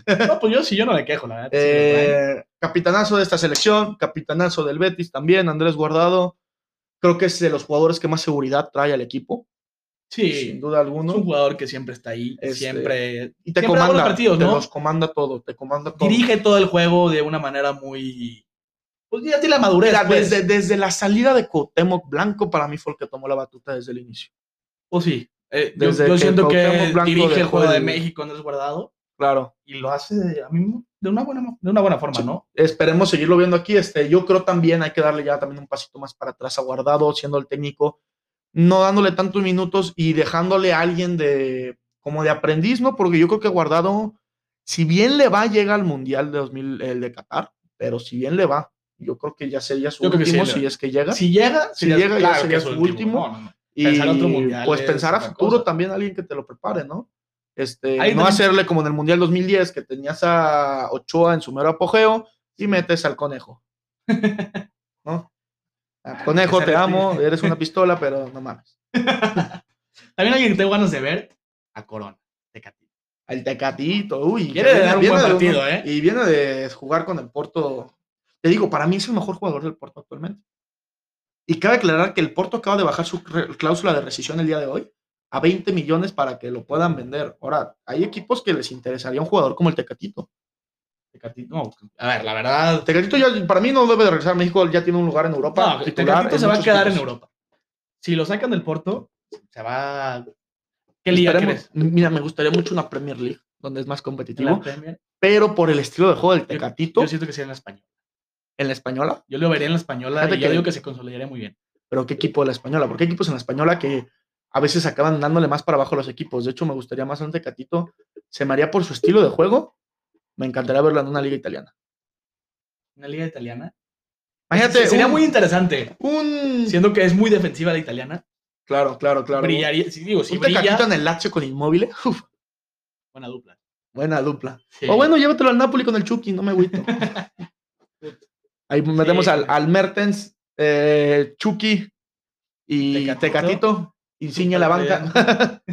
C: No, pues yo sí, yo no me quejo, la verdad. sí me traen.
B: Eh, capitanazo de esta selección, capitanazo del Betis también, Andrés Guardado. Creo que es de los jugadores que más seguridad trae al equipo, pues, sin
C: sí,
B: duda
C: es un
B: alguno.
C: jugador que siempre está ahí,
B: Este,
C: siempre
B: Y te
C: siempre da buenos
B: comanda,
C: partidos,
B: te
C: ¿no?
B: los comanda todo, te comanda todo.
C: dirige todo el juego de una manera muy, Pues ya tiene la madurez.
B: Mira,
C: pues.
B: desde, desde la salida de Cuauhtémoc Blanco, para mí fue el que tomó la batuta desde el inicio.
C: Pues sí. Eh, yo-
B: Desde
C: yo
B: que
C: siento que
B: Cuauhtémoc Blanco
C: dirige el
B: dejó
C: juego de
B: el-
C: México, Andrés Guardado,
B: Claro.
C: y lo hace de- a mí de una buena, de una buena forma,
B: Sí.
C: ¿no?
B: Esperemos seguirlo viendo aquí. Este, yo creo también hay que darle ya también un pasito más para atrás a Guardado, siendo el técnico, no dándole tantos minutos y dejándole a alguien de como de aprendiz, ¿no? Porque yo creo que Guardado, si bien le va, llega al Mundial de 2000, el de Qatar, pero si bien le va, yo creo que ya sería su
C: Yo creo que sí
B: último,
C: le va.
B: si es que llega.
C: Si llega,
B: Si
C: sería-
B: llega, ya
C: claro
B: sería
C: que es
B: su último.
C: No, no, no.
B: Y
C: Pensar otro mundial
B: pues
C: es
B: pensar a
C: otra
B: futuro
C: cosa.
B: también alguien que te lo prepare, ¿no? Este,
C: Ahí
B: no
C: también-
B: hacerle como en el Mundial 2010 que tenías a Ochoa en su mero apogeo y metes al conejo. ¿No? Ah,
C: Ah,
B: conejo,
C: esa
B: te
C: era-
B: amo, eres una pistola, pero no mames.
C: También alguien que tengo ganas de ver, a Corona, Tecatito.
B: El Tecatito, uy.
C: Viene de dar un buen
B: de
C: partido, ¿eh?
B: Y viene de jugar con el Porto. Te digo, para mí es el mejor jugador del Porto actualmente. Y cabe aclarar que el Porto acaba de bajar su cr- cláusula de rescisión el día de hoy a 20 millones para que lo puedan vender. Ahora, hay equipos que les interesaría un jugador como el Tecatito.
C: Tecatito, no, a ver, la verdad.
B: Tecatito ya, para mí no debe de regresar a México, ya tiene un lugar en Europa.
C: no,
B: titular
C: Tecatito
B: en
C: se va a
B: muchos
C: quedar en
B: equipos.
C: Europa. Si lo sacan del Porto, se va. ¿Qué liga
B: Esperemos.
C: crees?
B: Mira, me gustaría mucho una Premier League, donde es más
C: ¿En la
B: competitivo,
C: Premier?
B: pero por el estilo de juego del Tecatito
C: Yo siento que sería en la española.
B: en la española.
C: Yo lo vería en la española
B: Fíjate
C: y yo
B: que-
C: digo que se consolidaría muy bien.
B: pero qué equipo de la española, porque hay equipos en la española que a veces acaban dándole más para abajo a los equipos. De hecho, me gustaría más ante Catito. Se me haría por su estilo de juego. Me encantaría verlo en una liga italiana.
C: Una liga italiana.
B: Imagínate.
C: sería
B: un-
C: muy interesante.
B: un-
C: Siendo que es muy defensiva la italiana.
B: Claro, claro, claro.
C: Brillaría. Sí, digo, si
B: un
C: brilla.
B: Tecatito en el Lazio con Inmóvil. uf,
C: Buena dupla.
B: buena dupla.
C: Sí.
B: O bueno, llévatelo al Napoli con el Chucky, no me agüito. Ahí metemos al, al Mertens, eh, Chucky y
C: Tecatito.
B: Tecatito, Insigne en la
C: Este,
B: banca.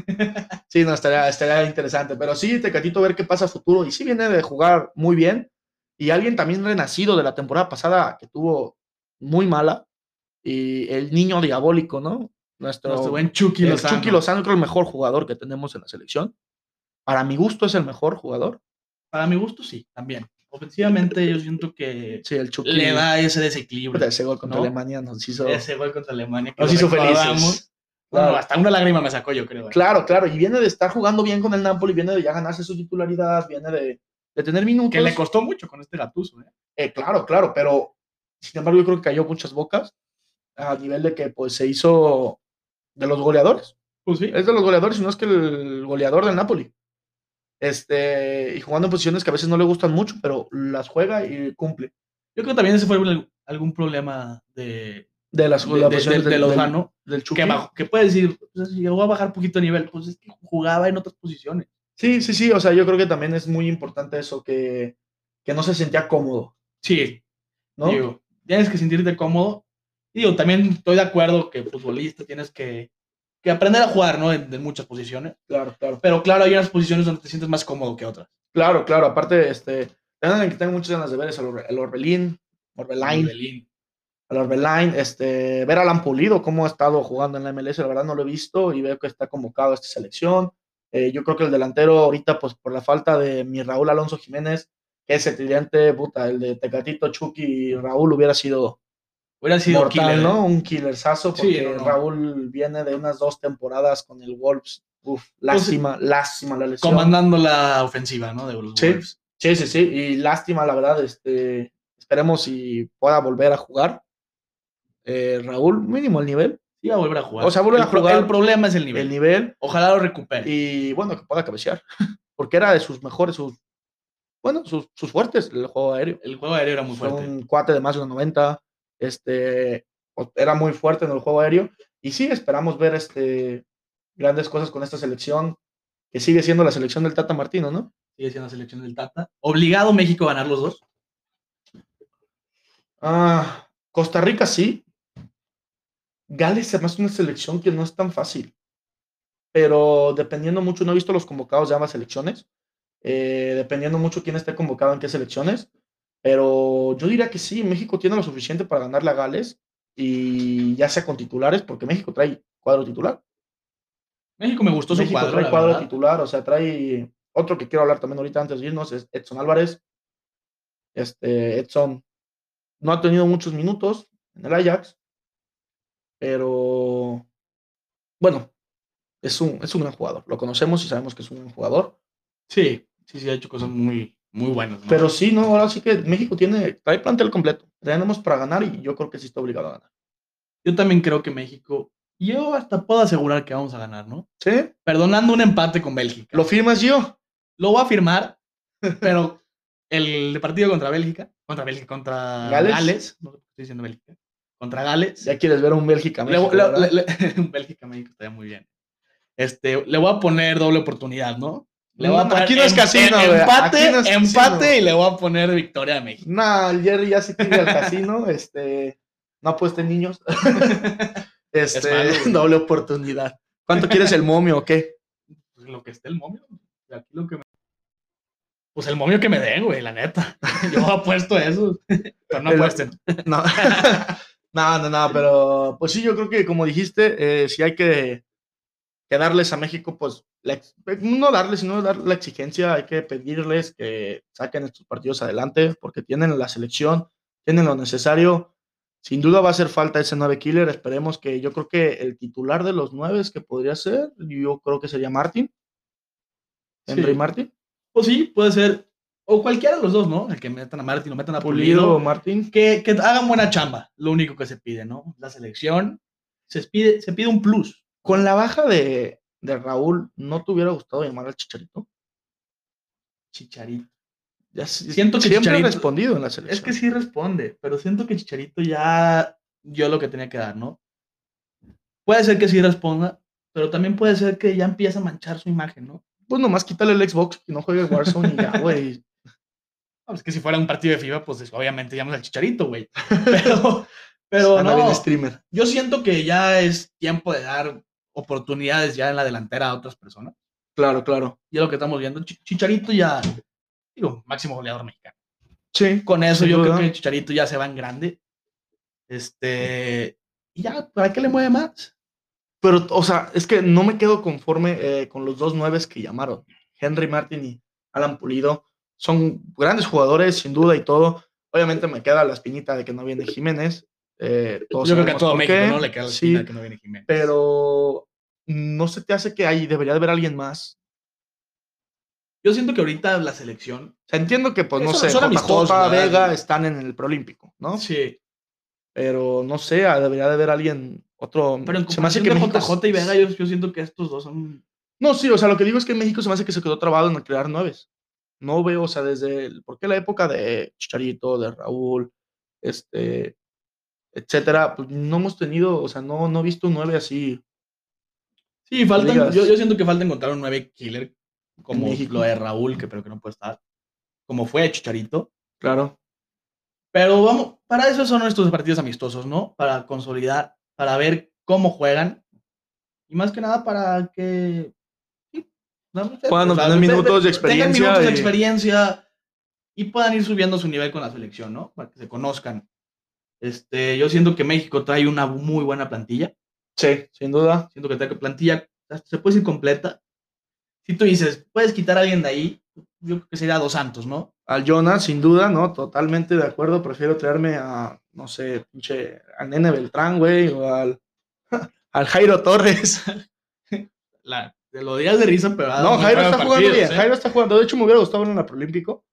B: sí, no, estaría, estaría interesante. Pero sí, Tecatito, ver qué pasa a futuro. Y sí viene de jugar muy bien. Y alguien también renacido de la temporada pasada que tuvo muy mala. Y el niño diabólico, ¿no? Nuestro,
C: Nuestro buen Chucky
B: el
C: Lozano.
B: Chucky Lozano, creo el mejor jugador que tenemos en la selección. Para mi gusto es el mejor jugador.
C: Para mi gusto, sí, también. Ofensivamente, yo siento que
B: Sí, el Chucky.
C: le da ese desequilibrio.
B: Ese gol contra
C: ¿no?
B: Alemania nos hizo,
C: Ese gol contra Alemania. que
B: nos
C: lo
B: hizo
C: recordamos.
B: felices.
C: Bueno,
B: Claro.
C: hasta una lágrima me sacó, yo creo. ¿eh?
B: Claro, claro, y viene de estar jugando bien con el Napoli, viene de ya ganarse su titularidad, viene de, de tener minutos.
C: Que le costó mucho con este gatuso, ¿eh?
B: Eh, claro, claro, pero sin embargo yo creo que cayó muchas bocas a nivel de que pues se hizo de los goleadores.
C: Pues sí.
B: Es de los goleadores, y no es que el goleador del Napoli. Este, y jugando en posiciones que a veces no le gustan mucho, pero las juega y cumple.
C: Yo creo que también ese fue algún, algún problema de,
B: De las
C: de,
B: las
C: de-
B: posiciones
C: de
B: del-
C: Lozano.
B: del, del Chucky.
C: que, bajó- que puede decir, pues, llegó a bajar poquito de nivel, pues es que jugaba en otras posiciones.
B: Sí, sí, sí, o sea, yo creo que también es muy importante eso, que, que no se sentía cómodo,
C: Sí,
B: ¿no?
C: digo, tienes que sentirte cómodo. Y Digo, también estoy de acuerdo que futbolista tienes que, que aprender a jugar, ¿no? En, en muchas posiciones.
B: Claro, claro.
C: Pero claro, hay unas posiciones donde te sientes más cómodo que otras.
B: Claro, claro. Aparte, este, también que tengo muchas ganas de ver es el, Orbe- el Orbelín, Orbelín,
C: Belín.
B: el Orbelín, este, ver a Alan Pulido, cómo ha estado jugando en la MLS, la verdad no lo he visto y veo que está convocado a esta selección. Eh, yo creo que el delantero ahorita, pues por la falta de mi Raúl Alonso Jiménez, que ese tridente, puta, el de Tecatito, Chucky y Raúl hubiera sido
C: Hubiera sido
B: mortal,
C: killer, ¿eh?
B: ¿no? Un killersazo,
C: Sí,
B: porque
C: no, no.
B: Raúl viene de unas dos temporadas con el Wolves. Uf, lástima, lástima la lesión.
C: Comandando la ofensiva, ¿no? De los
B: Sí.
C: Wolves.
B: Sí, sí, sí, y lástima, la verdad, este, esperemos si pueda volver a jugar. Eh, Raúl, mínimo el nivel,
C: Iba a volver a jugar.
B: O sea, volver
C: El
B: a
C: pro-
B: jugar.
C: El problema es el nivel.
B: el nivel,
C: Ojalá lo recupere.
B: y bueno, que pueda cabecear, porque era de sus mejores, sus, bueno, sus, sus fuertes, el juego aéreo.
C: el juego aéreo era muy
B: Fue
C: fuerte.
B: un cuate de más de 90, este, o- era muy fuerte en el juego aéreo, y sí, esperamos ver este, grandes cosas con esta selección, que sigue siendo la selección del Tata Martino, ¿no?
C: Sigue siendo la selección del Tata. Obligado México a ganar los dos.
B: Ah, Costa Rica sí. Gales además es una selección que no es tan fácil. Pero dependiendo mucho, no he visto los convocados de ambas selecciones. eh, dependiendo mucho quién esté convocado en qué selecciones. Pero yo diría que sí, México tiene lo suficiente para ganarle a Gales. Y ya sea con titulares, porque México trae cuadro titular.
C: México me gustó su
B: México
C: cuadro.
B: trae
C: la
B: cuadro
C: verdad.
B: titular, o sea, trae otro que quiero hablar también ahorita antes de irnos, es Edson Álvarez. Este, Edson No ha tenido muchos minutos en el Ajax, pero bueno, es un, es un gran jugador. Lo conocemos y sabemos que es un gran jugador.
C: Sí, sí, sí, ha hecho cosas muy, muy buenas. ¿no?
B: Pero sí, no, ahora sí que México tiene, trae plantel completo. Tenemos para ganar y yo creo que sí está obligado a ganar.
C: yo también creo que México, yo hasta puedo asegurar que vamos a ganar, ¿no?
B: ¿Sí?
C: Perdonando un empate con Bélgica.
B: ¿Lo firmas yo?
C: Lo voy a firmar, pero el partido contra Bélgica, contra Bélgica, contra
B: Gales.
C: Gales, no estoy diciendo Bélgica, contra Gales.
B: Ya quieres ver a un Bélgica.
C: Le-
B: México,
C: le-
B: ¿verdad?
C: le- le- un Bélgica México estaría muy bien. Este, le voy a poner doble oportunidad, ¿no? Le voy a
B: No,
C: poner
B: Mm, aquí no es
C: em-
B: casino,
C: em-
B: güey.
C: empate,
B: Aquí no es
C: empate
B: casino.
C: y le voy a poner victoria a México.
B: Nah, el Jerry ya se tiene al casino, este, no apuesten niños.
C: Es
B: Este,
C: malo, güey.
B: doble oportunidad. ¿Cuánto quieres el momio o qué?
C: Pues lo que esté el momio, aquí lo que me- Pues el momio que me den, güey, la neta. Yo apuesto eso. Pero no
B: El-
C: apuesten.
B: No. no, no, no, pero pues sí, yo creo que como dijiste, eh, si hay que, que darles a México, pues la ex- no darles, sino dar la exigencia, hay que pedirles que saquen estos partidos adelante, porque tienen la selección, tienen lo necesario. Sin duda va a hacer falta ese 9 killer. Esperemos que yo creo que el titular de los 9 que podría ser, yo creo que sería Martín. Henry
C: Sí.
B: Martín.
C: Pues sí, puede ser. O cualquiera de los dos, ¿no? El que metan a Martín o metan a
B: Pulido
C: Pulido.
B: Martín.
C: Que, que hagan buena chamba. Lo único que se pide, ¿no? La selección. Se pide, se pide un plus.
B: Con la baja de, de Raúl, ¿no te hubiera gustado llamar al Chicharito?
C: Chicharito.
B: Ya si-
C: Siento que
B: siempre ha
C: Chicharito-
B: respondido en la selección.
C: Es que sí responde, pero siento que Chicharito ya dio lo que tenía que dar, ¿no? Puede ser que sí responda, pero también puede ser que ya empiece a manchar su imagen, ¿no?
B: Pues nomás quítale el Xbox y no juegue Warzone y ya, güey.
C: No, es pues que si fuera un partido de FIBA, pues es- obviamente llamas al Chicharito, güey. Pero, pero
B: Anda bien
C: no,
B: streamer.
C: yo siento que ya es tiempo de dar oportunidades ya en la delantera a otras personas.
B: Claro, claro.
C: Y es lo que estamos viendo. Chi- Chicharito ya, digo, máximo goleador mexicano.
B: Sí.
C: Con eso
B: Sin
C: yo
B: duda.
C: creo que Chicharito ya se va en grande. Este, y ya, ¿para qué le mueve más?
B: Pero, o sea, es que no me quedo conforme eh, con los dos nueves que llamaron. Henry Martin y Alan Pulido. Son grandes jugadores, sin duda y todo. Obviamente me queda la espinita de que no viene Jiménez. Eh, todos
C: Yo creo que a
B: sabemos
C: todo
B: por
C: México
B: qué.
C: no le queda la
B: Sí,
C: espina de que no viene Jiménez.
B: Pero no se te hace que ahí debería de haber alguien más.
C: yo siento que ahorita la selección,
B: O sea, entiendo que, pues, no
C: Son-
B: sé,
C: son amistosos,
B: JJ
C: ¿verdad?
B: Vega están en el Prolímpico, ¿no?
C: sí,
B: pero no sé, ah, debería de haber alguien, otro.
C: pero en
B: se me hace
C: comparación
B: que
C: de
B: México-
C: JJ y Vega, yo, yo siento que estos dos son
B: No, sí, o sea, lo que digo es que México se me hace que se quedó trabado en crear nueves. No veo, o sea, desde. el- porque la época de Chicharito, de Raúl, este. etcétera, pues no hemos tenido, o sea, no, no he visto un nueve así.
C: Sí, faltan,
B: Ligas.
C: yo, yo siento que falta encontrar un 9 killer, como
B: México.
C: lo de Raúl, que pero que no puede estar, como fue Chicharito.
B: Claro.
C: Pero vamos, para eso son estos partidos amistosos, ¿no? Para consolidar, para ver cómo juegan. Y más que nada para que... sí, no sé,
B: Puedan
C: o sea,
B: obtener
C: ve- ve-
B: minutos de
C: Tengan
B: experiencia
C: minutos de
B: y-
C: experiencia y puedan ir subiendo su nivel con la selección, ¿no? Para que se conozcan. Este, yo siento que México trae una muy buena plantilla.
B: Sí, sin duda.
C: Siento que trae plantilla, hasta se puede decir completa. Si tú dices, puedes quitar a alguien de ahí, yo creo que sería dos Santos, ¿no?
B: Al Jonas, sin duda, ¿no? Totalmente de acuerdo. Prefiero traerme a, no sé, pinche, a Nene Beltrán, güey, o al, al Jairo Torres.
C: La, te lo digas de risa, pero. ha dado
B: No,
C: muy
B: Jairo
C: buenos
B: está jugando
C: partidos,
B: bien.
C: ¿eh?
B: Jairo está jugando. De hecho, me hubiera gustado verlo en el Prolímpico.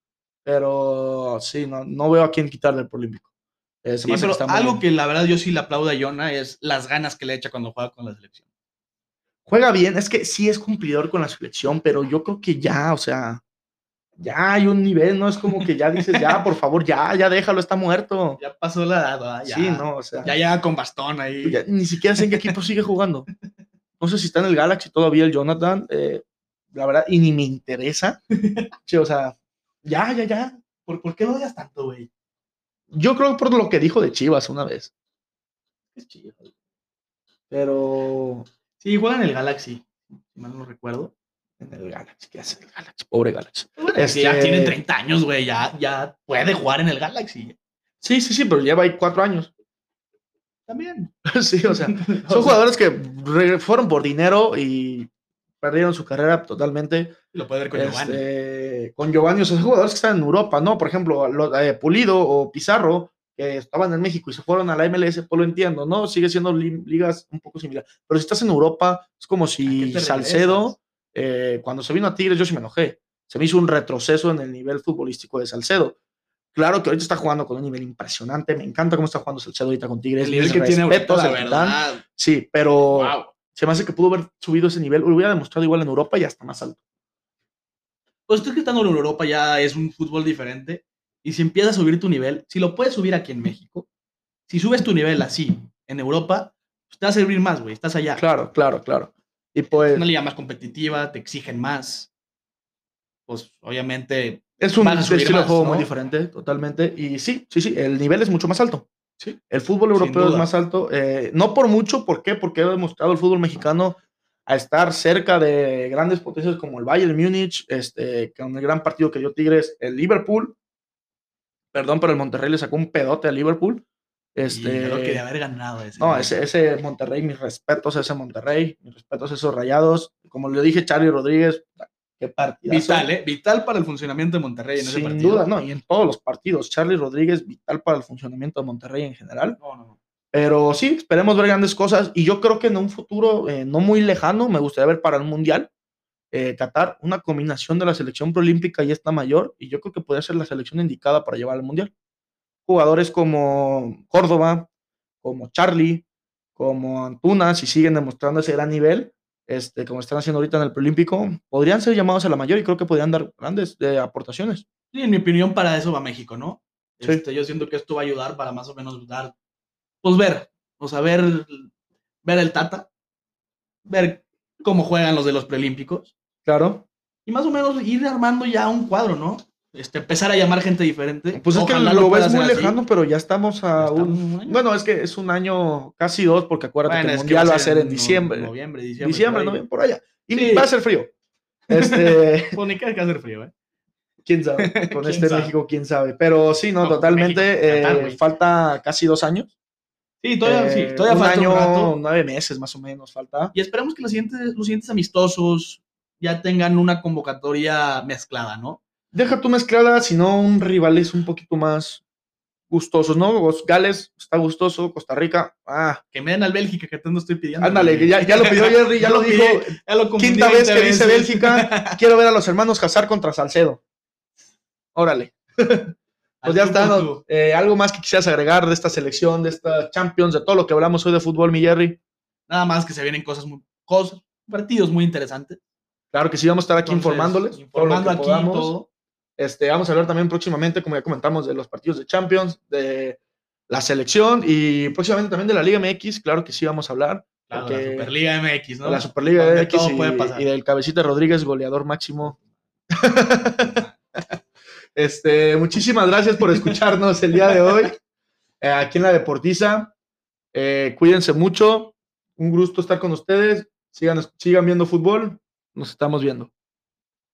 B: Pero sí, no, no veo a quién quitarle el Prolímpico. Eh, se
C: Sí,
B: me hace
C: pero
B: que está muy
C: algo
B: bien.
C: que la verdad yo sí le aplaudo a Yona es las ganas que le echa cuando juega con la selección.
B: Juega bien. Es que sí es cumplidor con la selección, pero yo creo que ya, o sea, ya hay un nivel, ¿no? Es como que ya dices, ya, por favor, ya, ya déjalo, está muerto.
C: Ya pasó la edad, ¿verdad? ya,
B: Sí, no, o sea,
C: ya llega con bastón ahí.
B: ya ni siquiera sé en qué equipo sigue jugando. No sé si está en el Galaxy todavía el Jonathan. eh, la verdad, y ni me interesa. Sí, o sea, ya, ya, ya.
C: ¿Por, por qué lo odias tanto, güey?
B: Yo creo por lo que dijo de Chivas una vez.
C: Es chido.
B: Pero
C: Sí, juega en el Galaxy, si mal no recuerdo.
B: en el Galaxy, ¿qué hace el Galaxy? Pobre Galaxy.
C: Pero bueno, es que ya
B: Este-
C: tiene 30 años, güey, ya, ya puede jugar en el Galaxy.
B: Sí, sí, sí, pero lleva ahí cuatro años.
C: También.
B: sí, o sea,
C: O sea,
B: son jugadores que re- fueron por dinero y perdieron su carrera totalmente.
C: Lo puede ver con Giovanni.
B: Este, Con Giovanni, o sea, son jugadores que están en Europa, ¿no? Por ejemplo, lo- eh, Pulido o Pizarro, que estaban en México y se fueron a la MLS, pues lo entiendo, ¿no? Sigue siendo li- ligas un poco similar. Pero si estás en Europa, es como
C: qué
B: si
C: te
B: Salcedo, eh, cuando se vino a Tigres, yo sí me enojé. Se me hizo un retroceso en el nivel futbolístico de Salcedo. Claro que ahorita está jugando con un nivel impresionante. Me encanta cómo está jugando Salcedo ahorita con Tigres.
C: El nivel
B: Mis
C: que tiene ahorita,
B: respetos
C: la
B: al capitán.
C: verdad.
B: Sí, pero
C: Wow.
B: se me hace que pudo haber subido ese nivel. Lo hubiera demostrado igual en Europa y hasta más alto.
C: Pues tú que estando en Europa ya es un fútbol diferente. Y si empiezas a subir tu nivel, si lo puedes subir aquí en México, si subes tu nivel así en Europa, pues te va a servir más, güey. Estás allá.
B: Claro, claro, claro. Y
C: Es
B: pues
C: una liga más competitiva, te exigen más. Pues obviamente,
B: es un
C: van a subir
B: estilo de
C: más,
B: juego
C: ¿no?
B: muy diferente, totalmente. Y sí, sí, sí, el nivel es mucho más alto.
C: Sí.
B: El fútbol
C: Sin
B: europeo es
C: duda.
B: más alto. eh, no por mucho, ¿por qué? Porque ha demostrado el fútbol mexicano a estar cerca de grandes potencias como el Bayern Múnich, este, con el gran partido que dio Tigres, el Liverpool. Perdón, pero el Monterrey le sacó un pedote al Liverpool. Este,
C: este... yo creo que de haber ganado ese.
B: No,
C: güey.
B: ese, ese Monterrey, mis respetos a ese Monterrey, mis respetos a esos rayados. Como le dije, Charlie Rodríguez, qué partido.
C: Vital, ¿eh? Vital para el funcionamiento de Monterrey en ese
B: Sin
C: partido.
B: duda, no, y en todos los partidos. Charlie Rodríguez, vital para el funcionamiento de Monterrey en general.
C: No, no, no.
B: Pero sí, esperemos ver grandes cosas. Y yo creo que en un futuro eh, no muy lejano, me gustaría ver para el Mundial eh, Qatar una combinación de la selección proolímpica y esta mayor. Y yo creo que podría ser la selección indicada para llevar al Mundial. Jugadores como Córdoba, como Charlie, como Antuna, si siguen demostrando ese gran nivel, este, como están haciendo ahorita en el Prolímpico, podrían ser llamados a la mayor y creo que podrían dar grandes eh, aportaciones.
C: Sí, en mi opinión, para eso va México, ¿no?
B: Sí.
C: Este, yo siento que esto va a ayudar para más o menos dar, pues ver, o sea, ver, ver el Tata, ver cómo juegan los de los preolímpicos
B: Claro.
C: y más o menos ir armando ya un cuadro, ¿no? Este, empezar a llamar gente diferente.
B: Pues
C: Ojalá
B: es que lo
C: pueda
B: ves
C: hacer
B: muy
C: así.
B: lejano, pero ya estamos a
C: Está
B: un...
C: muy bueno.
B: Bueno, es que es un año, casi dos, porque acuérdate
C: Bueno,
B: que el
C: es
B: Mundial va a ser en
C: no-
B: diciembre.
C: Noviembre, diciembre.
B: diciembre,
C: por ahí.
B: noviembre, por allá. Y
C: Sí.
B: va a ser frío. Este,
C: Pues ni que hay que hacer frío, ¿eh?
B: quién sabe, con
C: ¿Quién
B: este
C: sabe?
B: México, quién sabe. Pero sí, no,
C: No,
B: totalmente.
C: México,
B: eh,
C: Qatar, güey.
B: falta casi dos años.
C: Sí, todavía,
B: Eh,
C: sí, todavía
B: un
C: falta
B: año,
C: un rato.
B: nueve meses más o menos falta.
C: Y esperemos que los siguientes, los siguientes amistosos ya tengan una convocatoria mezclada, ¿no?
B: Deja tu mezclada, si no, un rivales un poquito más gustosos, ¿no? Gales está gustoso, Costa Rica, ah,
C: Que me den al Bélgica, que tanto estoy pidiendo.
B: ándale, que
C: güey.
B: ya, ya lo pidió Jerry, ya
C: Yo
B: lo dijo,
C: pillé, ya lo confundí
B: Quinta vez
C: 20
B: que dice
C: veces.
B: Bélgica, quiero ver a los hermanos Hazard contra Salcedo. Órale, pues
C: Al
B: ya
C: tú
B: está.
C: por
B: ¿no?
C: tú.
B: Eh, ¿Algo más que quisieras agregar de esta selección, de esta Champions, de todo lo que hablamos hoy de fútbol, mi Jerry?
C: Nada más que se vienen cosas, muy- cosas partidos muy interesantes.
B: Claro que sí, vamos a estar aquí
C: Entonces,
B: informándoles.
C: Informando
B: todo lo
C: aquí
B: que podamos.
C: todo.
B: Este, vamos a hablar también próximamente, como ya comentamos, de los partidos de Champions, de la selección y próximamente también de la Liga MX. Claro que sí, vamos a hablar.
C: Claro,
B: Porque-
C: la Superliga MX, ¿no?
B: de la Superliga
C: Donde
B: MX
C: todo
B: y,
C: puede pasar.
B: y del Cabecita Rodríguez, goleador máximo. Este, muchísimas gracias por escucharnos el día de hoy eh, aquí en La Deportiza. Eh, cuídense mucho. Un gusto estar con ustedes. Sigan, sigan viendo fútbol. Nos estamos viendo.